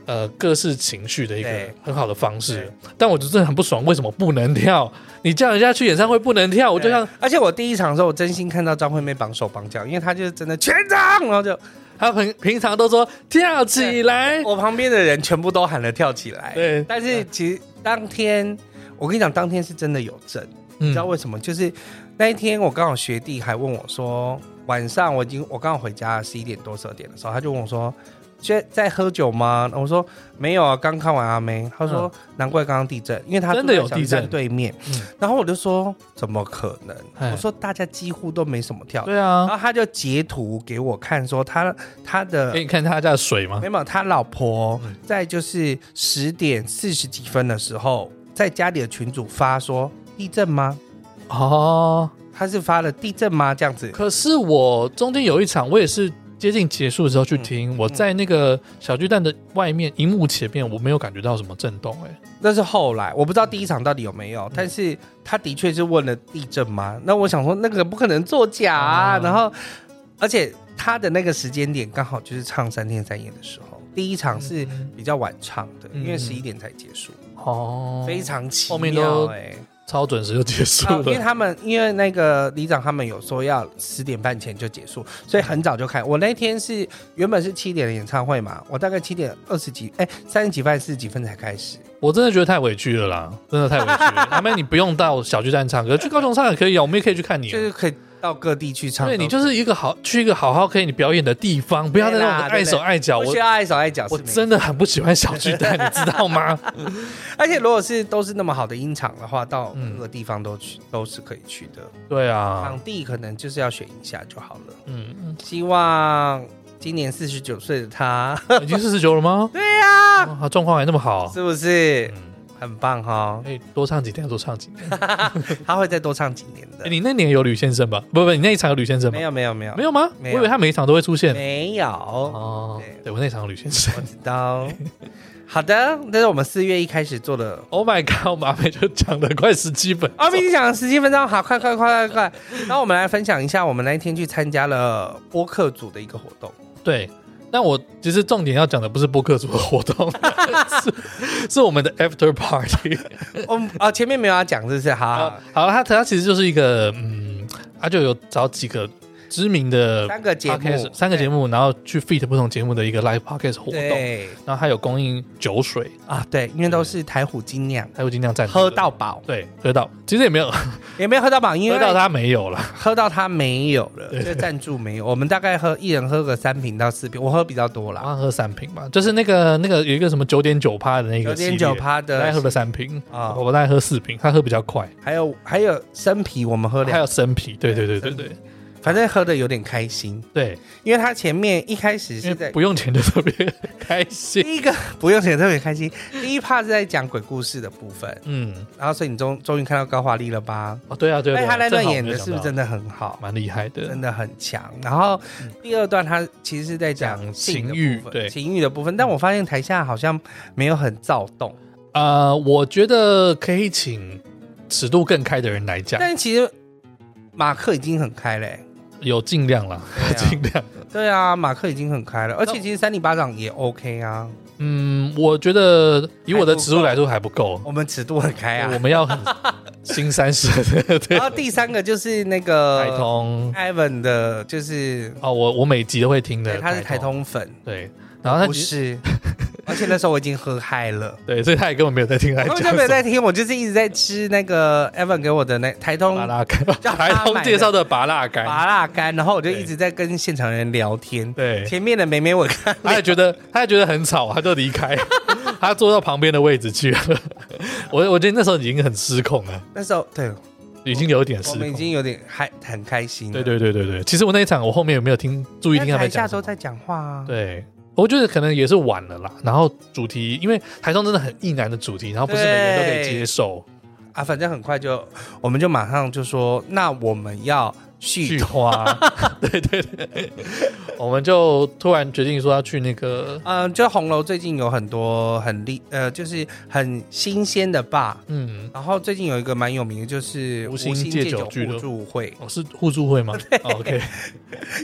[SPEAKER 1] 呃，各式情绪的一个
[SPEAKER 2] 对
[SPEAKER 1] 很好的方式，但我就真的很不爽，为什么不能跳？你叫人家去演唱会不能跳，我就像
[SPEAKER 2] 对，而且我第一场的时候，我真心看到张惠妹绑手绑脚，因为她就是真的全场，然
[SPEAKER 1] <laughs>
[SPEAKER 2] 后就
[SPEAKER 1] 他平平常都说跳起来，
[SPEAKER 2] 我旁边的人全部都喊了跳起来。
[SPEAKER 1] 对
[SPEAKER 2] 但是其实当天，我跟你讲，当天是真的有震。你知道
[SPEAKER 1] 嗯
[SPEAKER 2] 为什么？就是那一天，我刚好学弟还问我说：“晚上我已经我刚好回家十一点多十二点的时候，他就问我说：“现在在喝酒吗？”我说：“没有啊，刚看完阿妹。”他说：“难怪刚刚地震，因为他
[SPEAKER 1] 嗯真的有
[SPEAKER 2] 住在小
[SPEAKER 1] 地震
[SPEAKER 2] 站对面。
[SPEAKER 1] 嗯
[SPEAKER 2] 然后我就说：“怎么可能？”
[SPEAKER 1] 哎
[SPEAKER 2] 我说：“大家几乎都没什么跳。”
[SPEAKER 1] 对
[SPEAKER 2] 然
[SPEAKER 1] 啊，
[SPEAKER 2] 后他就截图给我看，说他他的
[SPEAKER 1] 给你看他家的水吗
[SPEAKER 2] 没？有，他老婆
[SPEAKER 1] 哎嗯
[SPEAKER 2] 在就是十点四十几分的时候，在家里的群组发说地震吗？
[SPEAKER 1] 哦，
[SPEAKER 2] 他是发了地震吗？这样子，
[SPEAKER 1] 可是我中间有一场，我也是接近结束的时候去
[SPEAKER 2] 嗯
[SPEAKER 1] 听，我在那个小巨蛋的外面荧幕前面，我没有感觉到什么震动、哎，
[SPEAKER 2] 那是后来，我不知道第一场到底有没
[SPEAKER 1] 嗯
[SPEAKER 2] 有，但是他的确是问了地震吗？那我想说那个不可能作假、啊，
[SPEAKER 1] 嗯
[SPEAKER 2] 然后而且他的那个时间点刚好就是唱三天三夜的时候，第一场是
[SPEAKER 1] 嗯
[SPEAKER 2] 比较晚唱的，
[SPEAKER 1] 嗯
[SPEAKER 2] 因为十一点才结束，
[SPEAKER 1] 哦，
[SPEAKER 2] 非常奇
[SPEAKER 1] 后面
[SPEAKER 2] 妙
[SPEAKER 1] 都
[SPEAKER 2] 哎、
[SPEAKER 1] 超准时就结束
[SPEAKER 2] 啊，因为
[SPEAKER 1] 了。
[SPEAKER 2] 他们因为那个里长他们有说要十点半前就结束，所以很早就开。我那天是原本是七点的演唱会嘛，我大概七点二十几，哎，三十几分四十几分才开始。
[SPEAKER 1] 我真的觉得太委屈了啦，真的太委
[SPEAKER 2] <laughs>
[SPEAKER 1] 屈了。阿妹，你不用到小巨蛋唱歌，去高雄唱也可以啊，我们也可以去看你啊。
[SPEAKER 2] 就是可以到各地去唱。
[SPEAKER 1] 对你就是一个好去一个好好可以你表演的地方，不要在那种碍手碍脚。
[SPEAKER 2] 不
[SPEAKER 1] 我
[SPEAKER 2] 需要碍手碍脚，
[SPEAKER 1] 我
[SPEAKER 2] 是没
[SPEAKER 1] 真的很不喜欢小巨蛋，你知道
[SPEAKER 2] <laughs>
[SPEAKER 1] 吗？
[SPEAKER 2] 而且如果是都是那么好的音场的话，到各个地方都去、都是可以去的。
[SPEAKER 1] 对嗯啊
[SPEAKER 2] 场，地可能就是要选一下就好了。
[SPEAKER 1] 嗯，
[SPEAKER 2] 希望今年四十九岁的
[SPEAKER 1] <laughs>
[SPEAKER 2] 他，
[SPEAKER 1] 嗯已经四十九了吗？
[SPEAKER 2] 对呀、啊，
[SPEAKER 1] 哇他状况还那么好，
[SPEAKER 2] 是不是
[SPEAKER 1] 嗯，
[SPEAKER 2] 很棒哈、
[SPEAKER 1] 可以多唱几天，多唱几天。
[SPEAKER 2] 他会再多唱几年
[SPEAKER 1] <laughs>
[SPEAKER 2] 的
[SPEAKER 1] 欸。你那年有吕先生吧？不不，你那一场有吕先生吗
[SPEAKER 2] 没？有没有没有
[SPEAKER 1] 没有吗？我
[SPEAKER 2] 没
[SPEAKER 1] 以
[SPEAKER 2] 有
[SPEAKER 1] 为他每一场都会出现。
[SPEAKER 2] 没有，
[SPEAKER 1] 哦
[SPEAKER 2] 对，
[SPEAKER 1] 对我那一场有吕先生
[SPEAKER 2] 我。知道。好的，这是我们四月一开始做的。
[SPEAKER 1] Oh my god！我马飞就讲了快十七
[SPEAKER 2] <laughs>
[SPEAKER 1] 分钟。
[SPEAKER 2] 阿斌讲十七分钟，好，快快快快快！然后我们来分享一下，我们那一天去参加了播客组的一个活动。
[SPEAKER 1] 对，但我其实重点要讲的不是播客组的活动， <laughs> 是是我们的 after
[SPEAKER 2] <laughs>
[SPEAKER 1] party。
[SPEAKER 2] 我们哦，前面没有要讲，是不是？好
[SPEAKER 1] 好，，好，它它其实就是一个嗯，它就有找几个知名的
[SPEAKER 2] 三个节目
[SPEAKER 1] podcast，三个节目，然后去 fit 不同节目的一个 live podcast 活动。
[SPEAKER 2] 对
[SPEAKER 1] 然后还有供应酒水，
[SPEAKER 2] 啊，对，因为都是台虎精酿，
[SPEAKER 1] 还有精酿赞助的
[SPEAKER 2] 喝到饱，
[SPEAKER 1] 对，喝到，其实也没有
[SPEAKER 2] 也没有喝到饱，因为
[SPEAKER 1] 喝到它没有了。
[SPEAKER 2] 喝到它没有了，就赞助没有。我们大概喝一人喝个三瓶到四瓶，我喝比较多啦，
[SPEAKER 1] 好像喝三瓶吧，就是那个那个有一个什么九点九趴的那个
[SPEAKER 2] 九
[SPEAKER 1] 系列，
[SPEAKER 2] 点九趴
[SPEAKER 1] 我大概
[SPEAKER 2] 的
[SPEAKER 1] 喝了三瓶
[SPEAKER 2] 啊
[SPEAKER 1] 我大概喝四瓶，他喝比较快，
[SPEAKER 2] 还有还有生啤，我们喝
[SPEAKER 1] 还
[SPEAKER 2] 两，
[SPEAKER 1] 有生啤，对对对对对
[SPEAKER 2] 反正喝的有点开心，
[SPEAKER 1] 对，
[SPEAKER 2] 因为他前面一开始
[SPEAKER 1] 因
[SPEAKER 2] 是
[SPEAKER 1] 为
[SPEAKER 2] 在
[SPEAKER 1] 不用钱就特别开心，
[SPEAKER 2] <laughs> 第一个不用钱特别开心，第一 part 是在讲鬼故事的部分，
[SPEAKER 1] 嗯，
[SPEAKER 2] 然后所以你终终于看到高华丽了吧？
[SPEAKER 1] 哦对啊对啊，
[SPEAKER 2] 哎，
[SPEAKER 1] 对啊
[SPEAKER 2] 他那段
[SPEAKER 1] 正好
[SPEAKER 2] 演的是不是真
[SPEAKER 1] 的
[SPEAKER 2] 的很好？
[SPEAKER 1] 蛮厉害的
[SPEAKER 2] 真？的很强。然后第二段他其实是在讲
[SPEAKER 1] 讲
[SPEAKER 2] 性的
[SPEAKER 1] 情欲
[SPEAKER 2] 部分
[SPEAKER 1] 对嗯
[SPEAKER 2] 情欲的部分，但我发现台下好像没有很躁动，
[SPEAKER 1] 呃，我觉得可以请尺度更开的人来讲，
[SPEAKER 2] 但是其实马克已经很开嘞、
[SPEAKER 1] 有尽量啦，
[SPEAKER 2] 对
[SPEAKER 1] <laughs>
[SPEAKER 2] 啊
[SPEAKER 1] 尽量。
[SPEAKER 2] 对啊，马克已经很开了，而且其实三里巴掌也 OK 啊，
[SPEAKER 1] 嗯，我觉得以我的尺度来说还不够，
[SPEAKER 2] 我们尺度很开啊
[SPEAKER 1] 我。们要很新三十，对
[SPEAKER 2] <laughs> 然，后第三个就是那个
[SPEAKER 1] 台通
[SPEAKER 2] Ivan 的，就是
[SPEAKER 1] 哦，我我每集都会听的
[SPEAKER 2] 对，，他是台，通粉，
[SPEAKER 1] 对，然后他
[SPEAKER 2] 不
[SPEAKER 1] 其实 <laughs>
[SPEAKER 2] 是，而且那时候我已经喝嗨了。
[SPEAKER 1] 对，所以他也根本没有在听来讲
[SPEAKER 2] 他们
[SPEAKER 1] 什
[SPEAKER 2] 就
[SPEAKER 1] 么，
[SPEAKER 2] 没有在听，我就是一直在吃那个 Evan 给我的那台通
[SPEAKER 1] 拔蜡干，
[SPEAKER 2] 叫他
[SPEAKER 1] 台通介绍的拔蜡干，
[SPEAKER 2] 麻辣干，然后我就一直在跟现场人聊天。
[SPEAKER 1] 对，
[SPEAKER 2] 前面的美美我看，
[SPEAKER 1] 他也觉得他也觉得很吵，他就离
[SPEAKER 2] <laughs>
[SPEAKER 1] 开，他坐到旁边的位置去了。我我觉得那时候已经很失控了，
[SPEAKER 2] 那时候对
[SPEAKER 1] 已经有点失
[SPEAKER 2] 我们已
[SPEAKER 1] 控。
[SPEAKER 2] 经有点还很开心。
[SPEAKER 1] 对，对对对对，其实我那一场我后面有没有听注意听他
[SPEAKER 2] 台
[SPEAKER 1] 们
[SPEAKER 2] 下
[SPEAKER 1] 讲
[SPEAKER 2] 时
[SPEAKER 1] 什么？
[SPEAKER 2] 候在讲话啊。
[SPEAKER 1] 对，我觉得可能也是晚了啦。然后主题，因为台中真的很意难的主题，然后不是每个人都可以接受。
[SPEAKER 2] 啊，反正很快就我们就马上就说，那我们要续
[SPEAKER 1] 菊花，对对对，我们就突然决定说要去那个，
[SPEAKER 2] 嗯，就红楼最近有很多很厉呃，就是很新鲜的吧。
[SPEAKER 1] 嗯，
[SPEAKER 2] 然后最近有一个蛮有名的，就是
[SPEAKER 1] 无心戒
[SPEAKER 2] 戒
[SPEAKER 1] 酒俱
[SPEAKER 2] 互
[SPEAKER 1] 乐
[SPEAKER 2] 助
[SPEAKER 1] <laughs>
[SPEAKER 2] 会，
[SPEAKER 1] 哦，是互助会吗、o 哦 k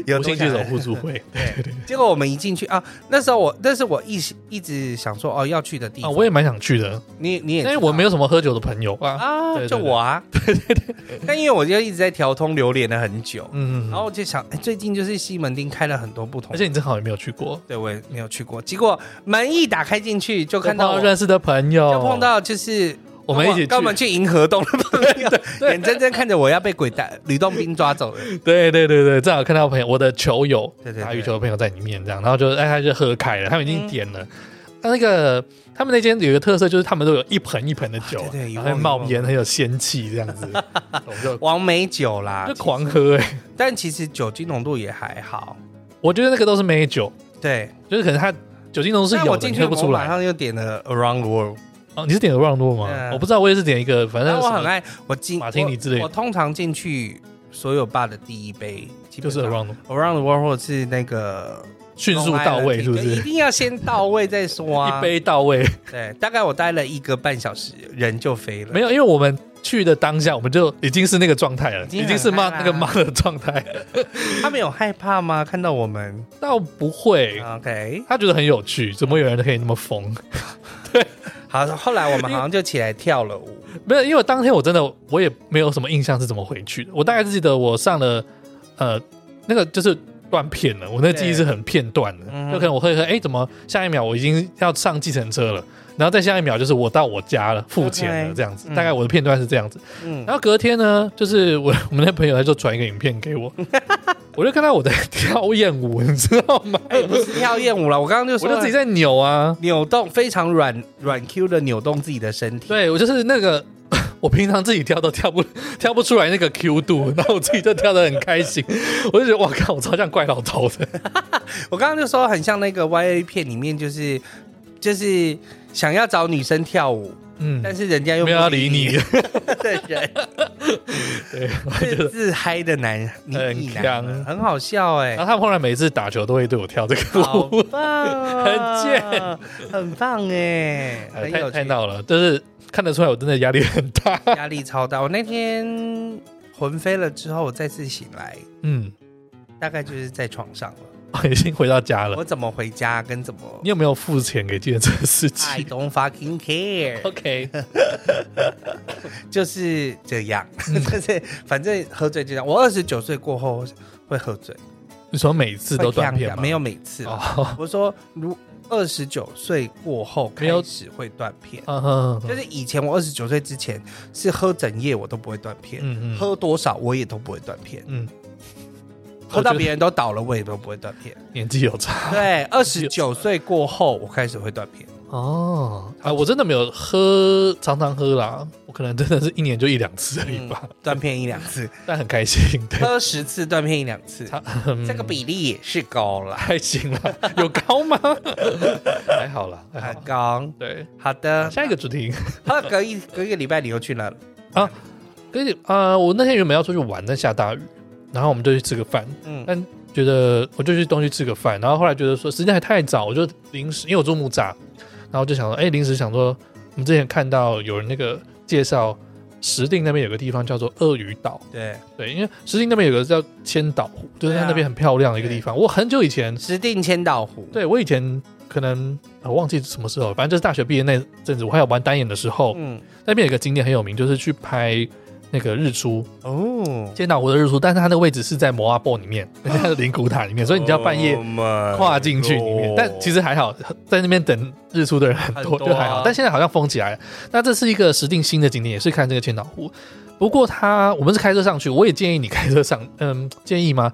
[SPEAKER 2] 有
[SPEAKER 1] 无
[SPEAKER 2] 多
[SPEAKER 1] 心接
[SPEAKER 2] 想
[SPEAKER 1] 手互助会，对对对。
[SPEAKER 2] <laughs> 结果我们一进去啊，那时候我，但是我一直一直想说哦要去的地
[SPEAKER 1] <laughs> 啊，
[SPEAKER 2] 方，
[SPEAKER 1] 我也蛮想去的，
[SPEAKER 2] 你你也
[SPEAKER 1] 因
[SPEAKER 2] 知道，
[SPEAKER 1] 为我没有什么喝酒的朋友啊。
[SPEAKER 2] 啊，
[SPEAKER 1] 对对
[SPEAKER 2] 就我啊，对对对。但因为我就一直在调通榴莲了很久，
[SPEAKER 1] 嗯
[SPEAKER 2] 然，后我就想，哎最近就是西门町开了很多不同
[SPEAKER 1] 而，且你正好也没有去过，
[SPEAKER 2] 对我也没有去过。结果门一打开进去，就
[SPEAKER 1] 我
[SPEAKER 2] 看到我
[SPEAKER 1] 认识的朋友，
[SPEAKER 2] 就碰到就是
[SPEAKER 1] 我们一起去
[SPEAKER 2] 跟我。们去银河洞了朋友
[SPEAKER 1] 对
[SPEAKER 2] 眼睁睁看着我要被鬼带吕洞宾抓
[SPEAKER 1] <laughs>
[SPEAKER 2] 走了。
[SPEAKER 1] 对对对对，正好看到朋友，我的球友
[SPEAKER 2] 对对对
[SPEAKER 1] 打羽球的朋友在里面，这样，然后就哎，他就喝开了，他们已经点了。那那个他们那间有一个特色，就是他们都有一盆一盆的酒，
[SPEAKER 2] <laughs> 对对
[SPEAKER 1] 然后
[SPEAKER 2] 一瓮一
[SPEAKER 1] 冒
[SPEAKER 2] 瓮
[SPEAKER 1] 烟，很有仙气，这样
[SPEAKER 2] <laughs>
[SPEAKER 1] 子，我们就
[SPEAKER 2] 王美酒啦
[SPEAKER 1] 就，狂喝哎、
[SPEAKER 2] 但其实酒精浓度也还好。
[SPEAKER 1] 我觉得那个都是美酒，
[SPEAKER 2] 对，
[SPEAKER 1] 就是可能它酒精浓度是
[SPEAKER 2] 但
[SPEAKER 1] 有
[SPEAKER 2] 我
[SPEAKER 1] 的，
[SPEAKER 2] 进
[SPEAKER 1] 你
[SPEAKER 2] 去
[SPEAKER 1] 喝不出
[SPEAKER 2] 我马
[SPEAKER 1] 来。
[SPEAKER 2] 上又点了 Around the World。
[SPEAKER 1] 哦，你是点的 round 吗？
[SPEAKER 2] 对啊
[SPEAKER 1] 我不知道，我也是点一个，反
[SPEAKER 2] 但
[SPEAKER 1] 正
[SPEAKER 2] 我很
[SPEAKER 1] 什么
[SPEAKER 2] 爱我进
[SPEAKER 1] 马提尼之类的
[SPEAKER 2] 我，我通常进去所有吧的第一杯基
[SPEAKER 1] 就
[SPEAKER 2] 本
[SPEAKER 1] 是
[SPEAKER 2] 上
[SPEAKER 1] around
[SPEAKER 2] Around the World 或者是那个
[SPEAKER 1] 迅速到位，是不
[SPEAKER 2] Long Island Tea，对一
[SPEAKER 1] 是？
[SPEAKER 2] 定要先到位再说
[SPEAKER 1] <laughs>
[SPEAKER 2] 啊。
[SPEAKER 1] 一杯到位，
[SPEAKER 2] 对，大概我待了一个半小时，人就飞了。
[SPEAKER 1] 没有，因为我们去的当下，我们就已经是那个状态了，
[SPEAKER 2] 经
[SPEAKER 1] 已
[SPEAKER 2] 很
[SPEAKER 1] 经是骂
[SPEAKER 2] 嗨啦
[SPEAKER 1] 那个骂的状态，
[SPEAKER 2] 他们有害怕吗？看到我们
[SPEAKER 1] 倒不会。
[SPEAKER 2] ，OK，
[SPEAKER 1] 他觉得很有趣，怎么有人可以那么疯？ <laughs>
[SPEAKER 2] 好。后来我们好像就起来跳了
[SPEAKER 1] <laughs>
[SPEAKER 2] 舞，
[SPEAKER 1] 没有，因为我当天我真的我也没有什么印象是怎么回去的，我大概记得我上了呃那个就是断片了，我那个记忆是很片段的，
[SPEAKER 2] 嗯
[SPEAKER 1] 就可能我会说，哎、怎么下一秒我已经要上计程车了，然后再下一秒就是我到我家了，付钱
[SPEAKER 2] OK，
[SPEAKER 1] 了这样子，
[SPEAKER 2] 嗯
[SPEAKER 1] 大概我的片段是这样子。
[SPEAKER 2] 嗯，
[SPEAKER 1] 然后隔天呢，就是我我们那朋友他就传一个影片给
[SPEAKER 2] <laughs>
[SPEAKER 1] 我，我就看到我在 <laughs> 跳艳舞，你知道吗？
[SPEAKER 2] 哎，不是跳艳舞了，我刚刚就
[SPEAKER 1] 我
[SPEAKER 2] 说
[SPEAKER 1] 就自己在扭啊，
[SPEAKER 2] 扭动，非常软软 Q 的扭动自己的身体。
[SPEAKER 1] 对我就是那个。我平常自己跳都跳不跳不出来那个 Q 度，然后我自己就跳得很开心，我就觉得哇靠，我超像怪老头的。
[SPEAKER 2] 我刚刚就说很像那个 Y A 片里面，就是就是想要找女生跳舞，
[SPEAKER 1] 嗯，
[SPEAKER 2] 但是人家又
[SPEAKER 1] 没有要理
[SPEAKER 2] <laughs>
[SPEAKER 1] 你，
[SPEAKER 2] 的人，
[SPEAKER 1] 对，
[SPEAKER 2] <laughs>
[SPEAKER 1] 我觉
[SPEAKER 2] 是
[SPEAKER 1] 得。
[SPEAKER 2] 自嗨的男
[SPEAKER 1] 很
[SPEAKER 2] 女男
[SPEAKER 1] 强，啊
[SPEAKER 2] 很好笑哎、
[SPEAKER 1] 然后他后来每次打球都会对我跳这个
[SPEAKER 2] 好
[SPEAKER 1] 舞， <laughs>
[SPEAKER 2] 棒哦，
[SPEAKER 1] 很
[SPEAKER 2] 贱，很棒哎、
[SPEAKER 1] 哎
[SPEAKER 2] 很
[SPEAKER 1] 太
[SPEAKER 2] 有
[SPEAKER 1] 太
[SPEAKER 2] 趣，
[SPEAKER 1] 闹了，就是看得出来我真的压力很大。
[SPEAKER 2] 压力超大。我那天魂飞了之后，我再次醒来，
[SPEAKER 1] 嗯，
[SPEAKER 2] 大概就是在床上了。
[SPEAKER 1] 我已经回到家了。
[SPEAKER 2] 我怎么回家跟怎么
[SPEAKER 1] 你有没有付钱给计程车司
[SPEAKER 2] ？I
[SPEAKER 1] 机
[SPEAKER 2] don't fucking care。
[SPEAKER 1] ？OK，
[SPEAKER 2] 就是这样，
[SPEAKER 1] 嗯
[SPEAKER 2] <laughs> 就是反正喝醉就这样。我二十九岁过后会喝醉，
[SPEAKER 1] 你说每次都
[SPEAKER 2] 会
[SPEAKER 1] 断
[SPEAKER 2] 呛
[SPEAKER 1] 片
[SPEAKER 2] 的
[SPEAKER 1] 吗？
[SPEAKER 2] 没有每次啦。
[SPEAKER 1] 哦，
[SPEAKER 2] 我说如二十九岁过后开
[SPEAKER 1] 没有
[SPEAKER 2] 始会断片，
[SPEAKER 1] 嗯 <laughs> 哼，
[SPEAKER 2] 就是以前我二十九岁之前是喝整夜我都不会断片，
[SPEAKER 1] 嗯嗯
[SPEAKER 2] 喝多少我也都不会断片，
[SPEAKER 1] 嗯，
[SPEAKER 2] 喝到
[SPEAKER 1] 我觉得
[SPEAKER 2] 别人都倒了我也都不会断片。
[SPEAKER 1] 年纪有差 <laughs>
[SPEAKER 2] 对，二十九岁过后我开始会断片。
[SPEAKER 1] 哦。啊，我真的没有喝，常常喝啦。我可能真的是一年就一两次而已
[SPEAKER 2] 嗯
[SPEAKER 1] 吧，
[SPEAKER 2] 断片一两次，
[SPEAKER 1] <laughs> 但很开心，对，
[SPEAKER 2] 喝十次断片一两次，
[SPEAKER 1] 嗯
[SPEAKER 2] 这个比例也是高了，
[SPEAKER 1] 还行啦。 <laughs> 有高
[SPEAKER 2] <laughs>
[SPEAKER 1] 吗？还好啦，还好
[SPEAKER 2] 很
[SPEAKER 1] 啦。
[SPEAKER 2] 高。
[SPEAKER 1] 对，
[SPEAKER 2] 好的，
[SPEAKER 1] 哦下一个主题。
[SPEAKER 2] 他隔一隔一个礼拜你又去哪了？
[SPEAKER 1] 跟你啊，我那天原本要出去玩，但下大雨，然后我们就去吃个饭，
[SPEAKER 2] 嗯
[SPEAKER 1] 但觉得我就去东区吃个饭，然后后来觉得说时间还太早，我就临时因为我住木栅，然后就想说，哎、临时想说，我们之前看到有人那个介绍石碇那边有个地方叫做鳄鱼岛，
[SPEAKER 2] 对，
[SPEAKER 1] 对，因为石碇那边有个叫千岛湖，就是它
[SPEAKER 2] 对啊
[SPEAKER 1] 那边很漂亮的一个地方。我很久以前，
[SPEAKER 2] 石定千岛湖。
[SPEAKER 1] 对我以前可能我忘记什么时候，反正就是大学毕业那阵子，我还有玩单眼的时候，
[SPEAKER 2] 嗯，
[SPEAKER 1] 那边有一个景点很有名，就是去拍。那个日出，
[SPEAKER 2] 哦，
[SPEAKER 1] 千岛湖的日出，但是它那个位置是在摩阿波里面， <laughs> 它的灵骨塔里面，所以你就要半夜
[SPEAKER 2] 呃
[SPEAKER 1] 跨进去里面，但其
[SPEAKER 2] 实
[SPEAKER 1] 实还好，在那边等日出的人很多，
[SPEAKER 2] 很多啊
[SPEAKER 1] 就还好。但现在好像封起来了。那这是一个石定新的景点，也是看这个千岛湖。不过它我们是开车上去，我也建议你开车上， <laughs> 嗯，建议吗？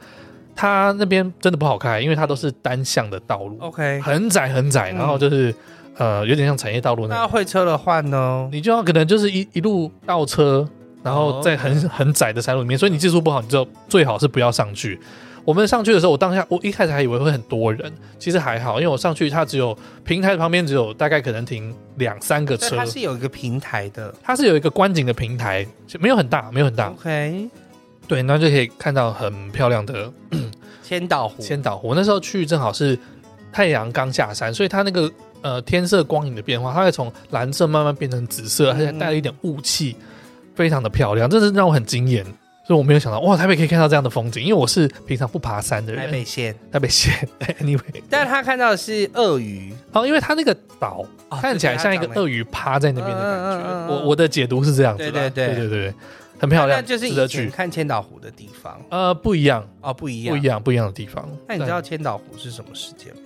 [SPEAKER 1] 它那边真的不好开，因为它都是单向的道路，
[SPEAKER 2] 哦 OK，
[SPEAKER 1] 很窄很窄，
[SPEAKER 2] 嗯
[SPEAKER 1] 然后就是、呃有点像产业道路那
[SPEAKER 2] 那
[SPEAKER 1] 样，
[SPEAKER 2] 会车的话呢？
[SPEAKER 1] 你就要可能就是一一路倒车，然后在很很窄的山路里面，所以你技术不好，你就最好是不要上去。我们上去的时候，我当下我一开始还以为会很多人，其实还好，因为我上去它只有平台旁边只有大概可能停两三个
[SPEAKER 2] 所以
[SPEAKER 1] 车
[SPEAKER 2] 它，是有一个平台的。
[SPEAKER 1] 它是有啊一个观景的平台，没有很大，没有很大，哦
[SPEAKER 2] OK，
[SPEAKER 1] 对，那就可以看到很漂亮的
[SPEAKER 2] 千岛湖。
[SPEAKER 1] 千岛湖。那时候去正好是太阳刚下山，所以它那个呃天色光影的变化，它会从蓝色慢慢变成紫
[SPEAKER 2] 嗯
[SPEAKER 1] 色，而且带了一点雾气，非常的漂亮，真的是让我很惊艳。所以我没有想到，哇，台北可以看到这样的风景，因为我是平常不爬山的人。
[SPEAKER 2] 台北县，
[SPEAKER 1] 台北县 <laughs> ，anyway，
[SPEAKER 2] 但他看到的是鳄鱼，
[SPEAKER 1] 哦，因为它那个岛、
[SPEAKER 2] 哦
[SPEAKER 1] 看起来像一个
[SPEAKER 2] 对它长得
[SPEAKER 1] 鳄鱼趴在那边的感觉，
[SPEAKER 2] 嗯嗯嗯嗯嗯
[SPEAKER 1] 我我的解读是这样子啦。
[SPEAKER 2] 对对
[SPEAKER 1] 对对
[SPEAKER 2] 对
[SPEAKER 1] 对，很漂亮，
[SPEAKER 2] 那就是
[SPEAKER 1] 值
[SPEAKER 2] 以
[SPEAKER 1] 得
[SPEAKER 2] 前
[SPEAKER 1] 去。
[SPEAKER 2] 看千岛湖的地方
[SPEAKER 1] 呃，不一样，
[SPEAKER 2] 哦，不一样，
[SPEAKER 1] 不一。样，不一样的地方。
[SPEAKER 2] 那你知道千岛湖是什么时间吗？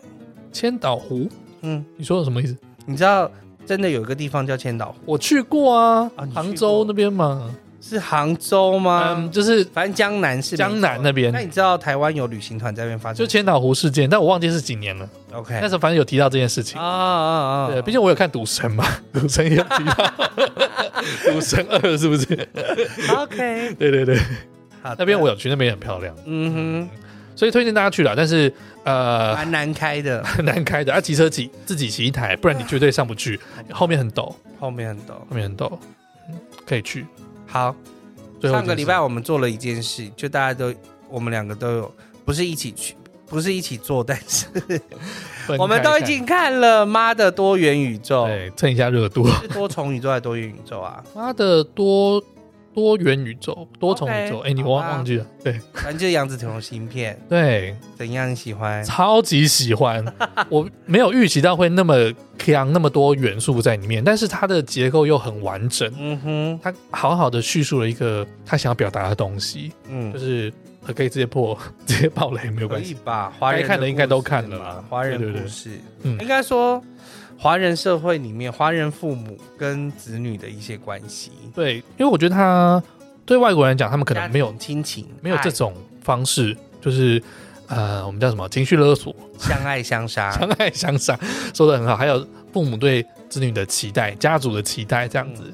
[SPEAKER 1] 千岛湖？
[SPEAKER 2] 嗯，
[SPEAKER 1] 你说的什么意思？
[SPEAKER 2] 你知道真的有一个地方叫千岛湖，
[SPEAKER 1] 我去过啊，
[SPEAKER 2] 啊你去过
[SPEAKER 1] 杭州那边嘛，
[SPEAKER 2] 是杭州吗？
[SPEAKER 1] 嗯，就是
[SPEAKER 2] 反正江南是没
[SPEAKER 1] 江南那
[SPEAKER 2] 那你
[SPEAKER 1] 边，
[SPEAKER 2] 知道台湾有旅行团在那边发
[SPEAKER 1] 就
[SPEAKER 2] 生？
[SPEAKER 1] 千岛湖事件，但我忘记是几年了。
[SPEAKER 2] OK
[SPEAKER 1] 但是反正有提到这件事情
[SPEAKER 2] 啊。啊啊！
[SPEAKER 1] 对，毕竟我有看《赌神》
[SPEAKER 2] <laughs>
[SPEAKER 1] 嘛，《赌神》也有提到，《赌神二》是
[SPEAKER 2] <laughs>
[SPEAKER 1] 不是？
[SPEAKER 2] OK，
[SPEAKER 1] 对对对，
[SPEAKER 2] 好的，
[SPEAKER 1] <laughs> 那边我有去，那边也很漂亮，
[SPEAKER 2] 嗯
[SPEAKER 1] 所以推荐大家去啦。但是
[SPEAKER 2] 哼，
[SPEAKER 1] 呃，
[SPEAKER 2] 嗯蛮难开的，
[SPEAKER 1] 很难开的，要、啊骑车骑自己骑一台，不然你绝对上不去，
[SPEAKER 2] 啊
[SPEAKER 1] 后面很陡，
[SPEAKER 2] 后面很陡。
[SPEAKER 1] 后面很陡，嗯可以去。
[SPEAKER 2] 好，
[SPEAKER 1] 最后一
[SPEAKER 2] 上
[SPEAKER 1] 件
[SPEAKER 2] 个礼拜
[SPEAKER 1] 事
[SPEAKER 2] 我们做了一件事，就大家都我们两个都有，不是一起去，不是一起做，但是
[SPEAKER 1] 分
[SPEAKER 2] 我们
[SPEAKER 1] 开
[SPEAKER 2] 都已
[SPEAKER 1] 看
[SPEAKER 2] 经看了《妈的多元宇宙》，
[SPEAKER 1] 对蹭一下热度。
[SPEAKER 2] 是多重宇宙还是多元宇宙啊？
[SPEAKER 1] 妈的多多元宇宙、多重宇宙，哎
[SPEAKER 2] OK，
[SPEAKER 1] 你忘
[SPEAKER 2] 好吧
[SPEAKER 1] 忘记了？对
[SPEAKER 2] 反正就是杨紫琼的芯片，
[SPEAKER 1] 对，
[SPEAKER 2] 怎样
[SPEAKER 1] <laughs>
[SPEAKER 2] 喜欢？
[SPEAKER 1] 超级喜
[SPEAKER 2] <laughs>
[SPEAKER 1] 欢，我没有预期到会那么强那么多元素在里面，但是它的结构又很完整，
[SPEAKER 2] 嗯哼，
[SPEAKER 1] 它好好的叙述了一个他想要表达的东西，就
[SPEAKER 2] 嗯，
[SPEAKER 1] 是呃可以直接破 <laughs> 直接爆雷没有
[SPEAKER 2] 可
[SPEAKER 1] 关
[SPEAKER 2] 以
[SPEAKER 1] 系，
[SPEAKER 2] 吧？华人
[SPEAKER 1] 该看的应该都
[SPEAKER 2] 故事
[SPEAKER 1] 看了
[SPEAKER 2] 嘛
[SPEAKER 1] 啦
[SPEAKER 2] 华
[SPEAKER 1] 对
[SPEAKER 2] 人
[SPEAKER 1] 对对
[SPEAKER 2] 故事，
[SPEAKER 1] 嗯
[SPEAKER 2] 应该说华人社会里面，华人父母跟子女的一些关系，
[SPEAKER 1] 对，因为我觉得他对外国人来讲，他们可能没有
[SPEAKER 2] 家庭亲情，
[SPEAKER 1] 没有这
[SPEAKER 2] 爱
[SPEAKER 1] 种方式，就是呃我们叫什么情绪勒索，
[SPEAKER 2] 相爱相杀，
[SPEAKER 1] <laughs> 相爱相杀，说的很好。还有父母对子女的期待、家族的期待这样子，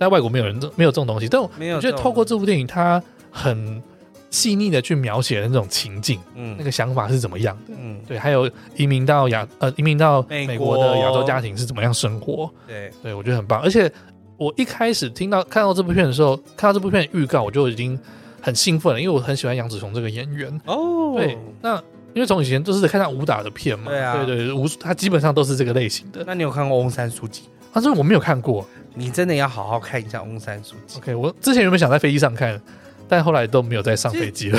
[SPEAKER 1] 在外国没有人这没有这种东西，但我
[SPEAKER 2] 嗯没有
[SPEAKER 1] 我
[SPEAKER 2] 这
[SPEAKER 1] 觉
[SPEAKER 2] 种。
[SPEAKER 1] 得透过这部电影，它很细腻的去描写了那种情境，
[SPEAKER 2] 嗯
[SPEAKER 1] 那个想法是怎么样的。
[SPEAKER 2] 嗯
[SPEAKER 1] 对，还有移民到亚呃移民到
[SPEAKER 2] 美
[SPEAKER 1] 美
[SPEAKER 2] 国
[SPEAKER 1] 国的亚洲家庭是怎么样生活，
[SPEAKER 2] 对，
[SPEAKER 1] 对我觉得很棒。而且我一开始听到看到这部片的时候，看到这部片的预告，我就已经很兴奋了，因为我很喜欢杨紫琼这个演员。
[SPEAKER 2] 哦
[SPEAKER 1] 对，那因为从以前就是看到武打的片嘛，
[SPEAKER 2] 对啊
[SPEAKER 1] 对对，武他基本上都是这个类型的，
[SPEAKER 2] 那你有看过《翁山书记》？
[SPEAKER 1] 但是我没有看过。
[SPEAKER 2] 你真的要好好看一下《翁山书记
[SPEAKER 1] OK，我之前原本想在飞机上看，但后来都没有再上飞
[SPEAKER 2] <laughs>
[SPEAKER 1] 机了。》。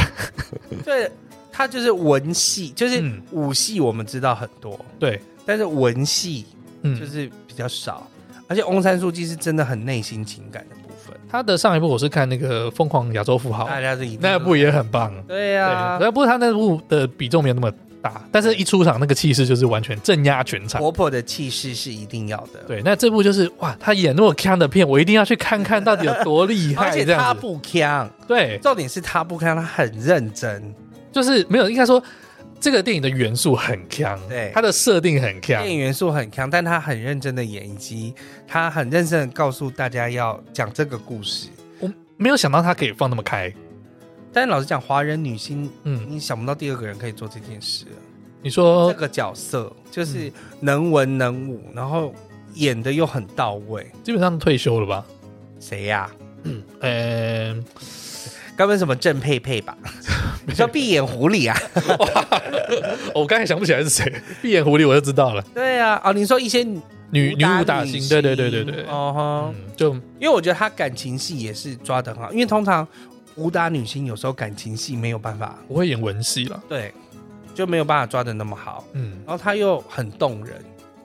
[SPEAKER 2] 对，它就是文戏，就是
[SPEAKER 1] 嗯，
[SPEAKER 2] 武戏，我们知道很多，
[SPEAKER 1] 对，
[SPEAKER 2] 但是文戏
[SPEAKER 1] 嗯，
[SPEAKER 2] 就是比较少。而且《翁山书记》是真的很内心情感的部分，
[SPEAKER 1] 他的上一部我是看那个《疯狂亚洲富豪
[SPEAKER 2] 大》，家是一定
[SPEAKER 1] 那部也很棒。
[SPEAKER 2] 哎对啊呀
[SPEAKER 1] 对，，那不过他那部的比重没有那么大，但是一出场那个气势就是完全镇压全场。
[SPEAKER 2] 活泼的气势是一定要的。，
[SPEAKER 1] 对，那这部就是哇，他演那么强的片，我一定要去看看到底有多厉
[SPEAKER 2] <laughs> 而
[SPEAKER 1] 害。
[SPEAKER 2] 且
[SPEAKER 1] 这
[SPEAKER 2] 他
[SPEAKER 1] 样子，
[SPEAKER 2] 不腔，
[SPEAKER 1] 对，
[SPEAKER 2] 重点是他不腔，他很认真。
[SPEAKER 1] 就是没有，应该说这个电影的元素很强，
[SPEAKER 2] 对
[SPEAKER 1] 它的设定很强
[SPEAKER 2] 电，影元素很强，但他很认真的演，以及他很认真的告诉大家要讲这个故事。
[SPEAKER 1] 没有想到它可以放那么开。
[SPEAKER 2] 但老实讲，华人女星，
[SPEAKER 1] 嗯，哦
[SPEAKER 2] 你想不到第二个人可以做这件事了。
[SPEAKER 1] 你说
[SPEAKER 2] 这个角色
[SPEAKER 1] 嗯
[SPEAKER 2] 就是能文能武，然后演的又很到位。
[SPEAKER 1] 基本上退休了吧？
[SPEAKER 2] 谁呀、呃
[SPEAKER 1] 嗯，
[SPEAKER 2] 该不会什么郑佩佩
[SPEAKER 1] <laughs>
[SPEAKER 2] 吧？你说闭眼狐狸啊？
[SPEAKER 1] 哦我刚才想不起来是谁， <laughs> 闭眼狐狸我就知道了，
[SPEAKER 2] 对啊，哦，你说一些
[SPEAKER 1] 女女武大
[SPEAKER 2] 星
[SPEAKER 1] 星，，对对对对对，
[SPEAKER 2] 哦吼
[SPEAKER 1] 嗯，就
[SPEAKER 2] 因为我觉得她感情戏也是抓得很好，因为通常武打女星有时候感情戏没有办法
[SPEAKER 1] 不会演文戏了。
[SPEAKER 2] 对，就没有办法抓的那么好。
[SPEAKER 1] 嗯，
[SPEAKER 2] 然后他又很动人，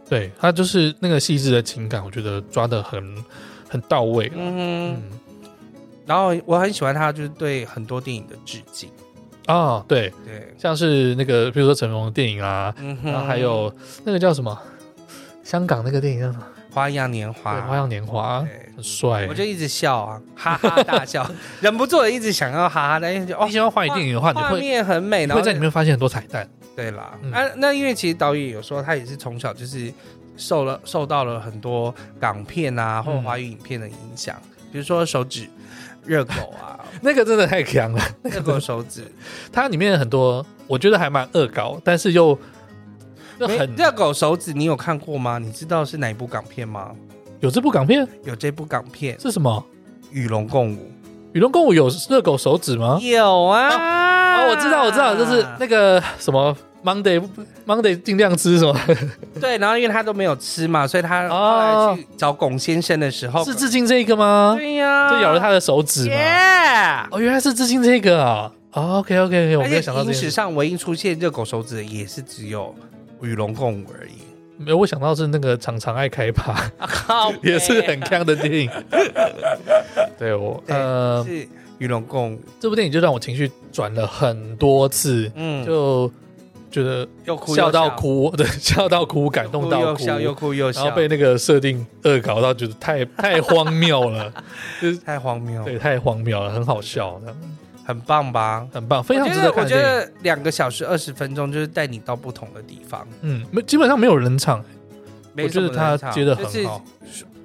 [SPEAKER 1] 对，他就是那个细致的情感，我觉得抓的很很到位了。
[SPEAKER 2] 嗯，
[SPEAKER 1] 嗯，
[SPEAKER 2] 然后我很喜欢他，就是对很多电影的致敬，
[SPEAKER 1] 啊，对，
[SPEAKER 2] 对，
[SPEAKER 1] 像是那个，比如说成龙的电影啊，
[SPEAKER 2] 嗯哼
[SPEAKER 1] 然后还有那个叫什么，香港那个电影叫什么？
[SPEAKER 2] 《花样年
[SPEAKER 1] 对
[SPEAKER 2] 华》，
[SPEAKER 1] 花样年华
[SPEAKER 2] 对
[SPEAKER 1] 很帅。
[SPEAKER 2] 我就一直笑啊，哈哈
[SPEAKER 1] <laughs>
[SPEAKER 2] 大笑，忍不住的一直想要哈哈大笑，因为就哦
[SPEAKER 1] 你，喜欢华语电影的话，你
[SPEAKER 2] 画
[SPEAKER 1] 会
[SPEAKER 2] 面很美，
[SPEAKER 1] 你
[SPEAKER 2] 然后
[SPEAKER 1] 会在里面发现很多彩蛋。
[SPEAKER 2] 对啦，
[SPEAKER 1] 嗯
[SPEAKER 2] 啊，那因为其实导演有说他也是从小就是受了受到了很多港片啊或
[SPEAKER 1] 嗯
[SPEAKER 2] 华语影片的影响，比如说手指热狗
[SPEAKER 1] <laughs>
[SPEAKER 2] 啊，
[SPEAKER 1] 那个真的太强了，
[SPEAKER 2] 热狗手指，
[SPEAKER 1] <laughs> 它里面很多我觉得还蛮恶搞，但是又就
[SPEAKER 2] 没
[SPEAKER 1] 很
[SPEAKER 2] 热狗手指，你有看过吗？你知道是哪一部港片吗？
[SPEAKER 1] 有这部港片
[SPEAKER 2] 有这部港片《
[SPEAKER 1] 是什么？
[SPEAKER 2] 与龙共舞
[SPEAKER 1] 《与龙共舞》有热狗手指吗》？
[SPEAKER 2] 有啊
[SPEAKER 1] 哦，我知道，我知道，就是那个什么 Monday Monday 尽量吃什么，
[SPEAKER 2] 对，然后因为他都没有吃嘛，所以他
[SPEAKER 1] 哦
[SPEAKER 2] 后来去找龚先生的时候，
[SPEAKER 1] 是致敬这个吗？
[SPEAKER 2] 对呀，
[SPEAKER 1] 就咬了他的手指吗？
[SPEAKER 2] 耶。
[SPEAKER 1] 哦，原来是致敬这个啊。哦，OK OK OK，我
[SPEAKER 2] 而
[SPEAKER 1] 没有
[SPEAKER 2] 且
[SPEAKER 1] 想到这
[SPEAKER 2] 影
[SPEAKER 1] 件
[SPEAKER 2] 史
[SPEAKER 1] 事，
[SPEAKER 2] 上唯一出现热狗手指的也是只有与龙共舞而已，
[SPEAKER 1] 没有我想到是那个常常爱开趴，
[SPEAKER 2] <laughs> 靠，
[SPEAKER 1] 也是很康的电影。 <laughs> 对我
[SPEAKER 2] 对
[SPEAKER 1] 呃，
[SPEAKER 2] 是与龙共舞，
[SPEAKER 1] 这部电影就让我情绪转了很多次，
[SPEAKER 2] 嗯，
[SPEAKER 1] 就觉得
[SPEAKER 2] 又哭又
[SPEAKER 1] 笑到
[SPEAKER 2] 笑
[SPEAKER 1] 哭，对， <laughs> 笑到哭，感动
[SPEAKER 2] 哭
[SPEAKER 1] 到
[SPEAKER 2] 又
[SPEAKER 1] 哭，
[SPEAKER 2] 笑又哭又
[SPEAKER 1] 然后
[SPEAKER 2] 笑，
[SPEAKER 1] 被那个设定恶搞到，觉得太太荒谬
[SPEAKER 2] <laughs>
[SPEAKER 1] 了，
[SPEAKER 2] 太荒谬，
[SPEAKER 1] 对，太荒谬了，很好笑，这样
[SPEAKER 2] 很棒吧？
[SPEAKER 1] 很棒，非常值得
[SPEAKER 2] 我
[SPEAKER 1] 看
[SPEAKER 2] 觉
[SPEAKER 1] 的电影。
[SPEAKER 2] 得两个小时二十分钟就是带你到不同的地方，
[SPEAKER 1] 嗯，没基本上没有人唱，
[SPEAKER 2] 没
[SPEAKER 1] 觉
[SPEAKER 2] 什
[SPEAKER 1] 得
[SPEAKER 2] 么
[SPEAKER 1] 他
[SPEAKER 2] 冷场
[SPEAKER 1] 接得很
[SPEAKER 2] 就是
[SPEAKER 1] 好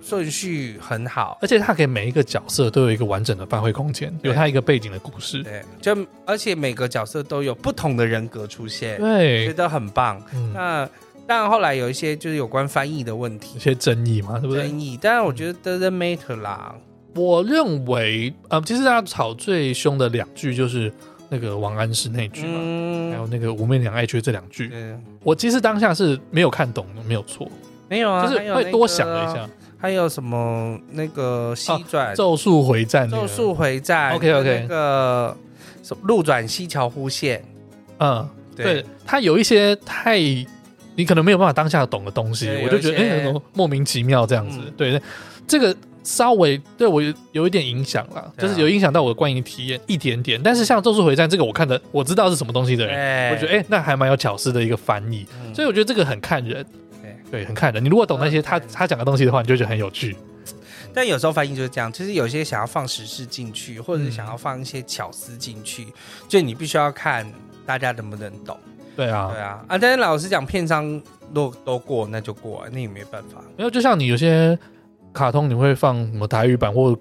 [SPEAKER 2] 顺序很好，
[SPEAKER 1] 而且他给每一个角色都有一个完整的发挥空间，
[SPEAKER 2] 对
[SPEAKER 1] 有他一个背景的故事，
[SPEAKER 2] 对，就而且每个角色都有不同的人格出现，觉
[SPEAKER 1] 对，
[SPEAKER 2] 得很棒。
[SPEAKER 1] 嗯，
[SPEAKER 2] 那但后来有一些就是有关翻译的问
[SPEAKER 1] 一
[SPEAKER 2] 题
[SPEAKER 1] 些争议嘛，对不对？
[SPEAKER 2] 争议，但我觉得 doesn't matter 啦。
[SPEAKER 1] 我认为，呃，其实大家吵最凶的两句就是那个王安石那句嘛，还有
[SPEAKER 2] 嗯，
[SPEAKER 1] 那个武媚娘爱缺这两句，
[SPEAKER 2] 对
[SPEAKER 1] 我其实当下是没有看懂的，没有错，
[SPEAKER 2] 没有啊，
[SPEAKER 1] 就是
[SPEAKER 2] 还有
[SPEAKER 1] 会
[SPEAKER 2] 那
[SPEAKER 1] 多
[SPEAKER 2] 个
[SPEAKER 1] 想了一下，哦
[SPEAKER 2] 还有什么那个西转、
[SPEAKER 1] 《咒术回战》那
[SPEAKER 2] 咒
[SPEAKER 1] 个
[SPEAKER 2] 术，回战》
[SPEAKER 1] OK，OK
[SPEAKER 2] 那个什么路转西桥忽线，
[SPEAKER 1] 嗯，对，它有一些太你可能没有办法当下懂的东西
[SPEAKER 2] 对，
[SPEAKER 1] 我就觉得
[SPEAKER 2] 有一
[SPEAKER 1] 哎
[SPEAKER 2] 些、
[SPEAKER 1] 怎么莫名其妙这样子
[SPEAKER 2] 嗯，
[SPEAKER 1] 对，这个稍微对我有有一点影响啦，
[SPEAKER 2] 对
[SPEAKER 1] 就
[SPEAKER 2] 啊
[SPEAKER 1] 是有影响到我的观影体验一点点，但是像《咒术回战》这个，我看的我知道是什么东西的人。
[SPEAKER 2] 对，
[SPEAKER 1] 我觉得哎、那还蛮有巧思的一个翻译，
[SPEAKER 2] 嗯
[SPEAKER 1] 所以我觉得这个很看人
[SPEAKER 2] 对，
[SPEAKER 1] 对，很看人。你如果懂那些
[SPEAKER 2] 嗯
[SPEAKER 1] 他
[SPEAKER 2] 对
[SPEAKER 1] 他讲的东西的话，你就觉得很有趣。
[SPEAKER 2] 但有时候翻译就是这样，其实有些想要放时事进去，或者是
[SPEAKER 1] 嗯
[SPEAKER 2] 想要放一些巧思进去，就你必须要看大家能不能懂。
[SPEAKER 1] 对啊，
[SPEAKER 2] 对啊，啊，但是老实讲，片商都都过，那就过、啊，那也没办法。
[SPEAKER 1] 没有，就像你有些卡通，你会放什么台语版或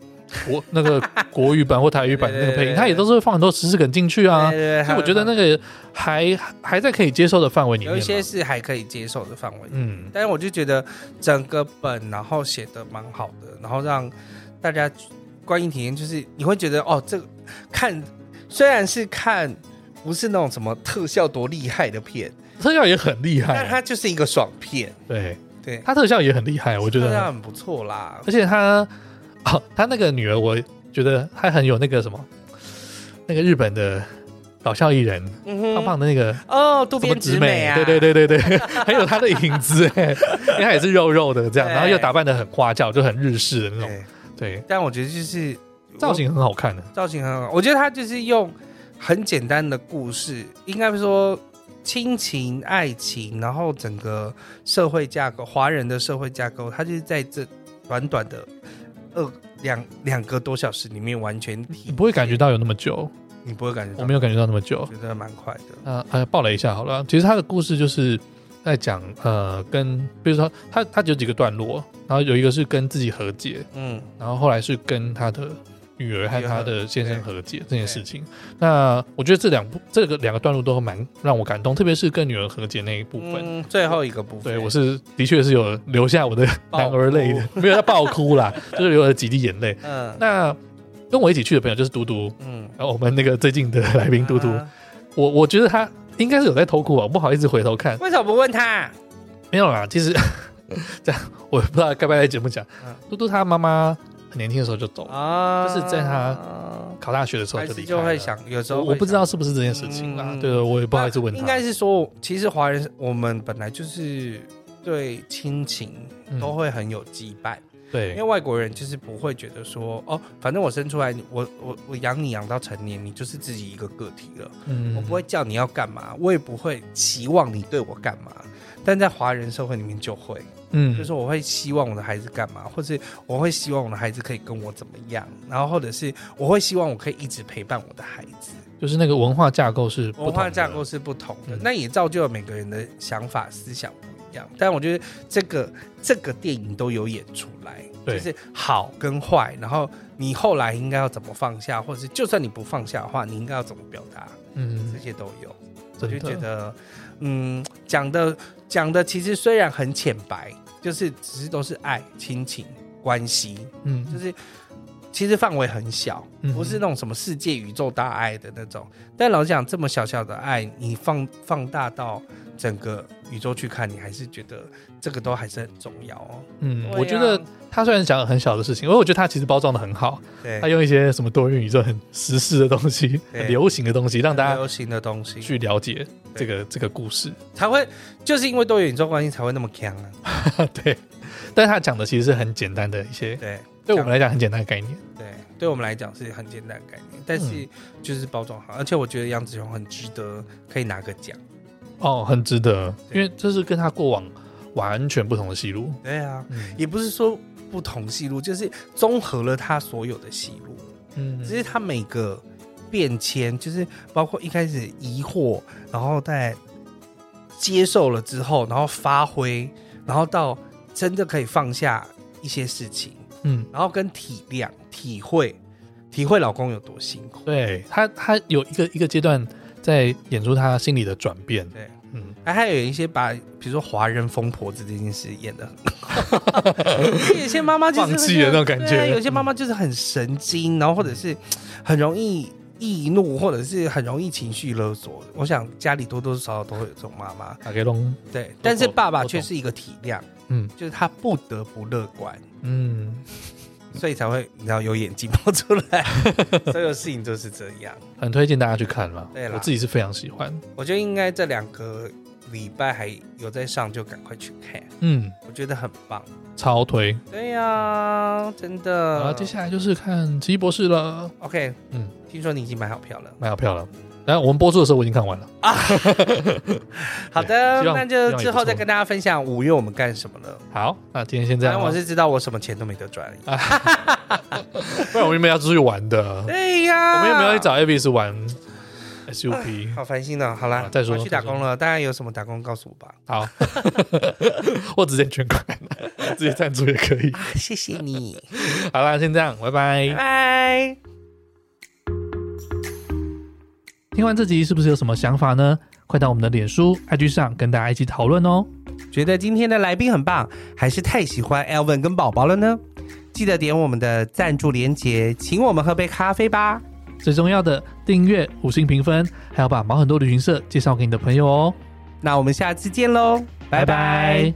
[SPEAKER 1] 国那
[SPEAKER 2] <laughs>
[SPEAKER 1] 个国语版或台语版的那个配
[SPEAKER 2] 对对
[SPEAKER 1] 音，
[SPEAKER 2] 对
[SPEAKER 1] 它也都是会放很多知识梗进去啊
[SPEAKER 2] 对。对对
[SPEAKER 1] 所以我觉得那个还还在可以接受的范围里面
[SPEAKER 2] 有
[SPEAKER 1] 啦。
[SPEAKER 2] 一些是还可以接受的范围，
[SPEAKER 1] 嗯，
[SPEAKER 2] 但是我就觉得整个本然后写的蛮好的，然后让大家观影体验就是你会觉得哦，这个看虽然是看不是那种什么特效多厉害的片，
[SPEAKER 1] 特效也很厉害，
[SPEAKER 2] 但
[SPEAKER 1] 啊
[SPEAKER 2] 它就是一个爽片，
[SPEAKER 1] 对，
[SPEAKER 2] 对，
[SPEAKER 1] 它特效也很厉害，我觉
[SPEAKER 2] 那这样
[SPEAKER 1] 得。
[SPEAKER 2] 很不错啦
[SPEAKER 1] 而。且他 <laughs> 哦，他那个女儿，我觉得她很有那个什么，那个日本的搞笑艺人，
[SPEAKER 2] 嗯
[SPEAKER 1] 胖
[SPEAKER 2] 哼，
[SPEAKER 1] 胖的那个
[SPEAKER 2] 哦，渡
[SPEAKER 1] 什么
[SPEAKER 2] 边
[SPEAKER 1] 直
[SPEAKER 2] 直美啊，
[SPEAKER 1] 对对对对 <laughs> 对，还有她的影子 <laughs> 哎，因为她也是肉肉的这样，
[SPEAKER 2] 对
[SPEAKER 1] 然后又打扮的很花俏，就很日式的那种，
[SPEAKER 2] 对，
[SPEAKER 1] 对，
[SPEAKER 2] 但我觉得就是
[SPEAKER 1] 造型很好看的，
[SPEAKER 2] 造型很好，我觉得他就是用很简单的故事，应该说亲情、爱情，然后整个社会架构，华人的社会架构，他就是在这短短的二两两个多小时里面完全体
[SPEAKER 1] 你，不会感觉到有那么久，
[SPEAKER 2] 你不会感觉
[SPEAKER 1] 我
[SPEAKER 2] 到，
[SPEAKER 1] 没有感觉到那么久
[SPEAKER 2] 我。觉得蛮快的，
[SPEAKER 1] 啊呃，爆了一下好了，其实他的故事就是在讲呃，跟比如说他他只有几个段落，然后有一个是跟自己和解，
[SPEAKER 2] 嗯，
[SPEAKER 1] 然后后来是跟他的女儿和他的先生和解这件
[SPEAKER 2] 对
[SPEAKER 1] 事情。那我觉得这两部这个两个段落都蛮让我感动，特别是跟女儿和解那一部分。
[SPEAKER 2] 嗯，最后一个部分，
[SPEAKER 1] 对，我是的确是有流下我的
[SPEAKER 2] 爆
[SPEAKER 1] 男儿泪
[SPEAKER 2] 哦
[SPEAKER 1] 的， <laughs> 没有他爆哭啦， <laughs> 就是流了几滴眼泪。
[SPEAKER 2] 嗯
[SPEAKER 1] 那跟我一起去的朋友就是嘟嘟，
[SPEAKER 2] 嗯，
[SPEAKER 1] 然后我们那个最近的来宾嘟嘟，
[SPEAKER 2] 啊
[SPEAKER 1] 我我觉得他应该是有在偷哭啊，我不好意思回头看，
[SPEAKER 2] 为什么不问他？
[SPEAKER 1] 没有啦，其实 <laughs> 这样我也不知道该不该在节目讲
[SPEAKER 2] 嗯。
[SPEAKER 1] 嘟嘟他妈妈很年轻的时候就走了，
[SPEAKER 2] 啊，哦
[SPEAKER 1] 就是在他考大学的时候
[SPEAKER 2] 还
[SPEAKER 1] 就是离
[SPEAKER 2] 就
[SPEAKER 1] 开
[SPEAKER 2] 会
[SPEAKER 1] 了。
[SPEAKER 2] 想，有时候
[SPEAKER 1] 我我
[SPEAKER 2] 会
[SPEAKER 1] 不知道是不是这件事情啦，
[SPEAKER 2] 嗯
[SPEAKER 1] 对，我也不好意思问他。
[SPEAKER 2] 应该是说，其实华人我们本来就是对亲情
[SPEAKER 1] 嗯
[SPEAKER 2] 都会很有羁绊，因为
[SPEAKER 1] 对，
[SPEAKER 2] 外国人就是不会觉得说，哦，反正我生出来，我我我养你养到成年，你就是自己一个个体了，
[SPEAKER 1] 嗯
[SPEAKER 2] 我不会叫你要干嘛，我也不会期望你对我干嘛。但在华人社会里面就会，
[SPEAKER 1] 嗯，
[SPEAKER 2] 就是我会希望我的孩子干嘛，或是我会希望我的孩子可以跟我怎么样，然后或者是我会希望我可以一直陪伴我的孩子。
[SPEAKER 1] 就是那个文化架构是不同
[SPEAKER 2] 文
[SPEAKER 1] 的
[SPEAKER 2] 化架构，是不同的，
[SPEAKER 1] 嗯
[SPEAKER 2] 那也造就了每个人的想法、思想不一样。但我觉得这个这个电影都有演出来，
[SPEAKER 1] 对
[SPEAKER 2] 就是好跟坏，然后你后来应该要怎么放下，或者是就算你不放下的话，你应该要怎么表达，
[SPEAKER 1] 嗯
[SPEAKER 2] 这，些都有。我
[SPEAKER 1] 真
[SPEAKER 2] 就
[SPEAKER 1] 的
[SPEAKER 2] 觉得，嗯，讲的讲的其实虽然很浅白，就是只是都是爱、亲情、关系，就
[SPEAKER 1] 嗯，
[SPEAKER 2] 是其实范围很小
[SPEAKER 1] 嗯，
[SPEAKER 2] 不是那种什么世界宇宙大爱的那种。但老实讲，这么小小的爱，你放放大到整个宇宙去看，你还是觉得这个都还是很重要哦。
[SPEAKER 1] 嗯，
[SPEAKER 2] 对啊
[SPEAKER 1] 我觉得他虽然讲了很小的事情，因为我觉得他其实包装的很好，他
[SPEAKER 2] 对，
[SPEAKER 1] 用一些什么多元宇宙很时事的东西、
[SPEAKER 2] 对
[SPEAKER 1] 很流行的东西，让大家
[SPEAKER 2] 流行的东西
[SPEAKER 1] 去了解这个这个故事。
[SPEAKER 2] 才会，就是因为多元宇宙关系才会那么强啊。
[SPEAKER 1] 嗯对，但是他讲的其实是很简单的一些，
[SPEAKER 2] 对
[SPEAKER 1] 对我们来讲很简单的概念。
[SPEAKER 2] 对，对我们来讲是很简
[SPEAKER 1] 嗯
[SPEAKER 2] 单的概念，但是就是包装好，而且我觉得杨紫琼很值得可以拿个奖。
[SPEAKER 1] 哦，很值得，因为这是跟他过往完全不同的戏路。
[SPEAKER 2] 对啊，
[SPEAKER 1] 嗯
[SPEAKER 2] 也不是说不同戏路，就是综合了他所有的戏路，
[SPEAKER 1] 嗯
[SPEAKER 2] 只是他每个变迁，就是包括一开始疑惑，然后在接受了之后，然后发挥，然后到真的可以放下一些事情，
[SPEAKER 1] 嗯，
[SPEAKER 2] 然后跟体谅、体会、体会老公有多辛苦。
[SPEAKER 1] 对他，他有一个一个阶段在演出他心里的转变。
[SPEAKER 2] 对，
[SPEAKER 1] 嗯，
[SPEAKER 2] 哎，还有一些把，比如说华人疯婆子这件事演的， <laughs> 有些妈妈就是
[SPEAKER 1] 放弃了那种感觉
[SPEAKER 2] 对啊有些妈妈就是很神经，然后或者是很容易易怒，或者是很容易情绪勒索。我想家里多多少少都会有这种妈妈，
[SPEAKER 1] 打给龙，
[SPEAKER 2] 对，但是爸爸
[SPEAKER 1] 我懂
[SPEAKER 2] 却是一个体谅，
[SPEAKER 1] 嗯
[SPEAKER 2] 就是他不得不乐观，
[SPEAKER 1] 嗯，
[SPEAKER 2] 所以才会你知道有眼睛冒出
[SPEAKER 1] <laughs>
[SPEAKER 2] 来，所有事情都是这样。
[SPEAKER 1] 很推荐大家去看了
[SPEAKER 2] 对，啦
[SPEAKER 1] 我自己是非常喜欢。
[SPEAKER 2] 我觉得应该这两个礼拜还有在上，就赶快去看，
[SPEAKER 1] 嗯，
[SPEAKER 2] 我觉得很棒。
[SPEAKER 1] 超推。
[SPEAKER 2] 对呀、真的。
[SPEAKER 1] 好了，接下来就是看《奇异博士》了，
[SPEAKER 2] OK，嗯
[SPEAKER 1] 嗯，
[SPEAKER 2] 听说你已经买好票了。
[SPEAKER 1] 买好票了。然后我们播出的时候我已经看完了。
[SPEAKER 2] 好的，
[SPEAKER 1] 希望
[SPEAKER 2] 那就
[SPEAKER 1] 希望
[SPEAKER 2] 之
[SPEAKER 1] 也不
[SPEAKER 2] 后
[SPEAKER 1] 错
[SPEAKER 2] 再跟大家分享五月我们干什么了。
[SPEAKER 1] 好，那今天先这
[SPEAKER 2] 反
[SPEAKER 1] 样哦
[SPEAKER 2] 正
[SPEAKER 1] 咯。
[SPEAKER 2] 我是知道我什么钱都没得赚而已。
[SPEAKER 1] 不然我们原本要出去玩的，
[SPEAKER 2] <laughs> 对哎啊
[SPEAKER 1] 我
[SPEAKER 2] 呀、
[SPEAKER 1] 们原本要去找 Avis 玩 SUP。
[SPEAKER 2] 好烦心呢、好啦
[SPEAKER 1] 好，再说
[SPEAKER 2] 我去打工了，大家有什么打工告诉我
[SPEAKER 1] <laughs>
[SPEAKER 2] 吧。
[SPEAKER 1] 好，我直接捐 <laughs> 款，直接赞助也可以。
[SPEAKER 2] 啊，谢谢
[SPEAKER 1] <laughs>
[SPEAKER 2] 你，
[SPEAKER 1] 好啦，先这样，拜拜
[SPEAKER 2] 拜。拜。
[SPEAKER 1] 听完这集是不是有什么想法呢？快到我们的脸书、IG 上跟大家一起讨论哦。
[SPEAKER 2] 觉得今天的来宾很棒，还是太喜欢 Elvin 跟宝宝了呢？记得点我们的赞助连结，请我们喝杯咖啡吧。
[SPEAKER 1] 最重要的，订阅、五星评分，还要把毛很多旅行社介绍给你的朋友哦。
[SPEAKER 2] 那我们下次见喽，拜拜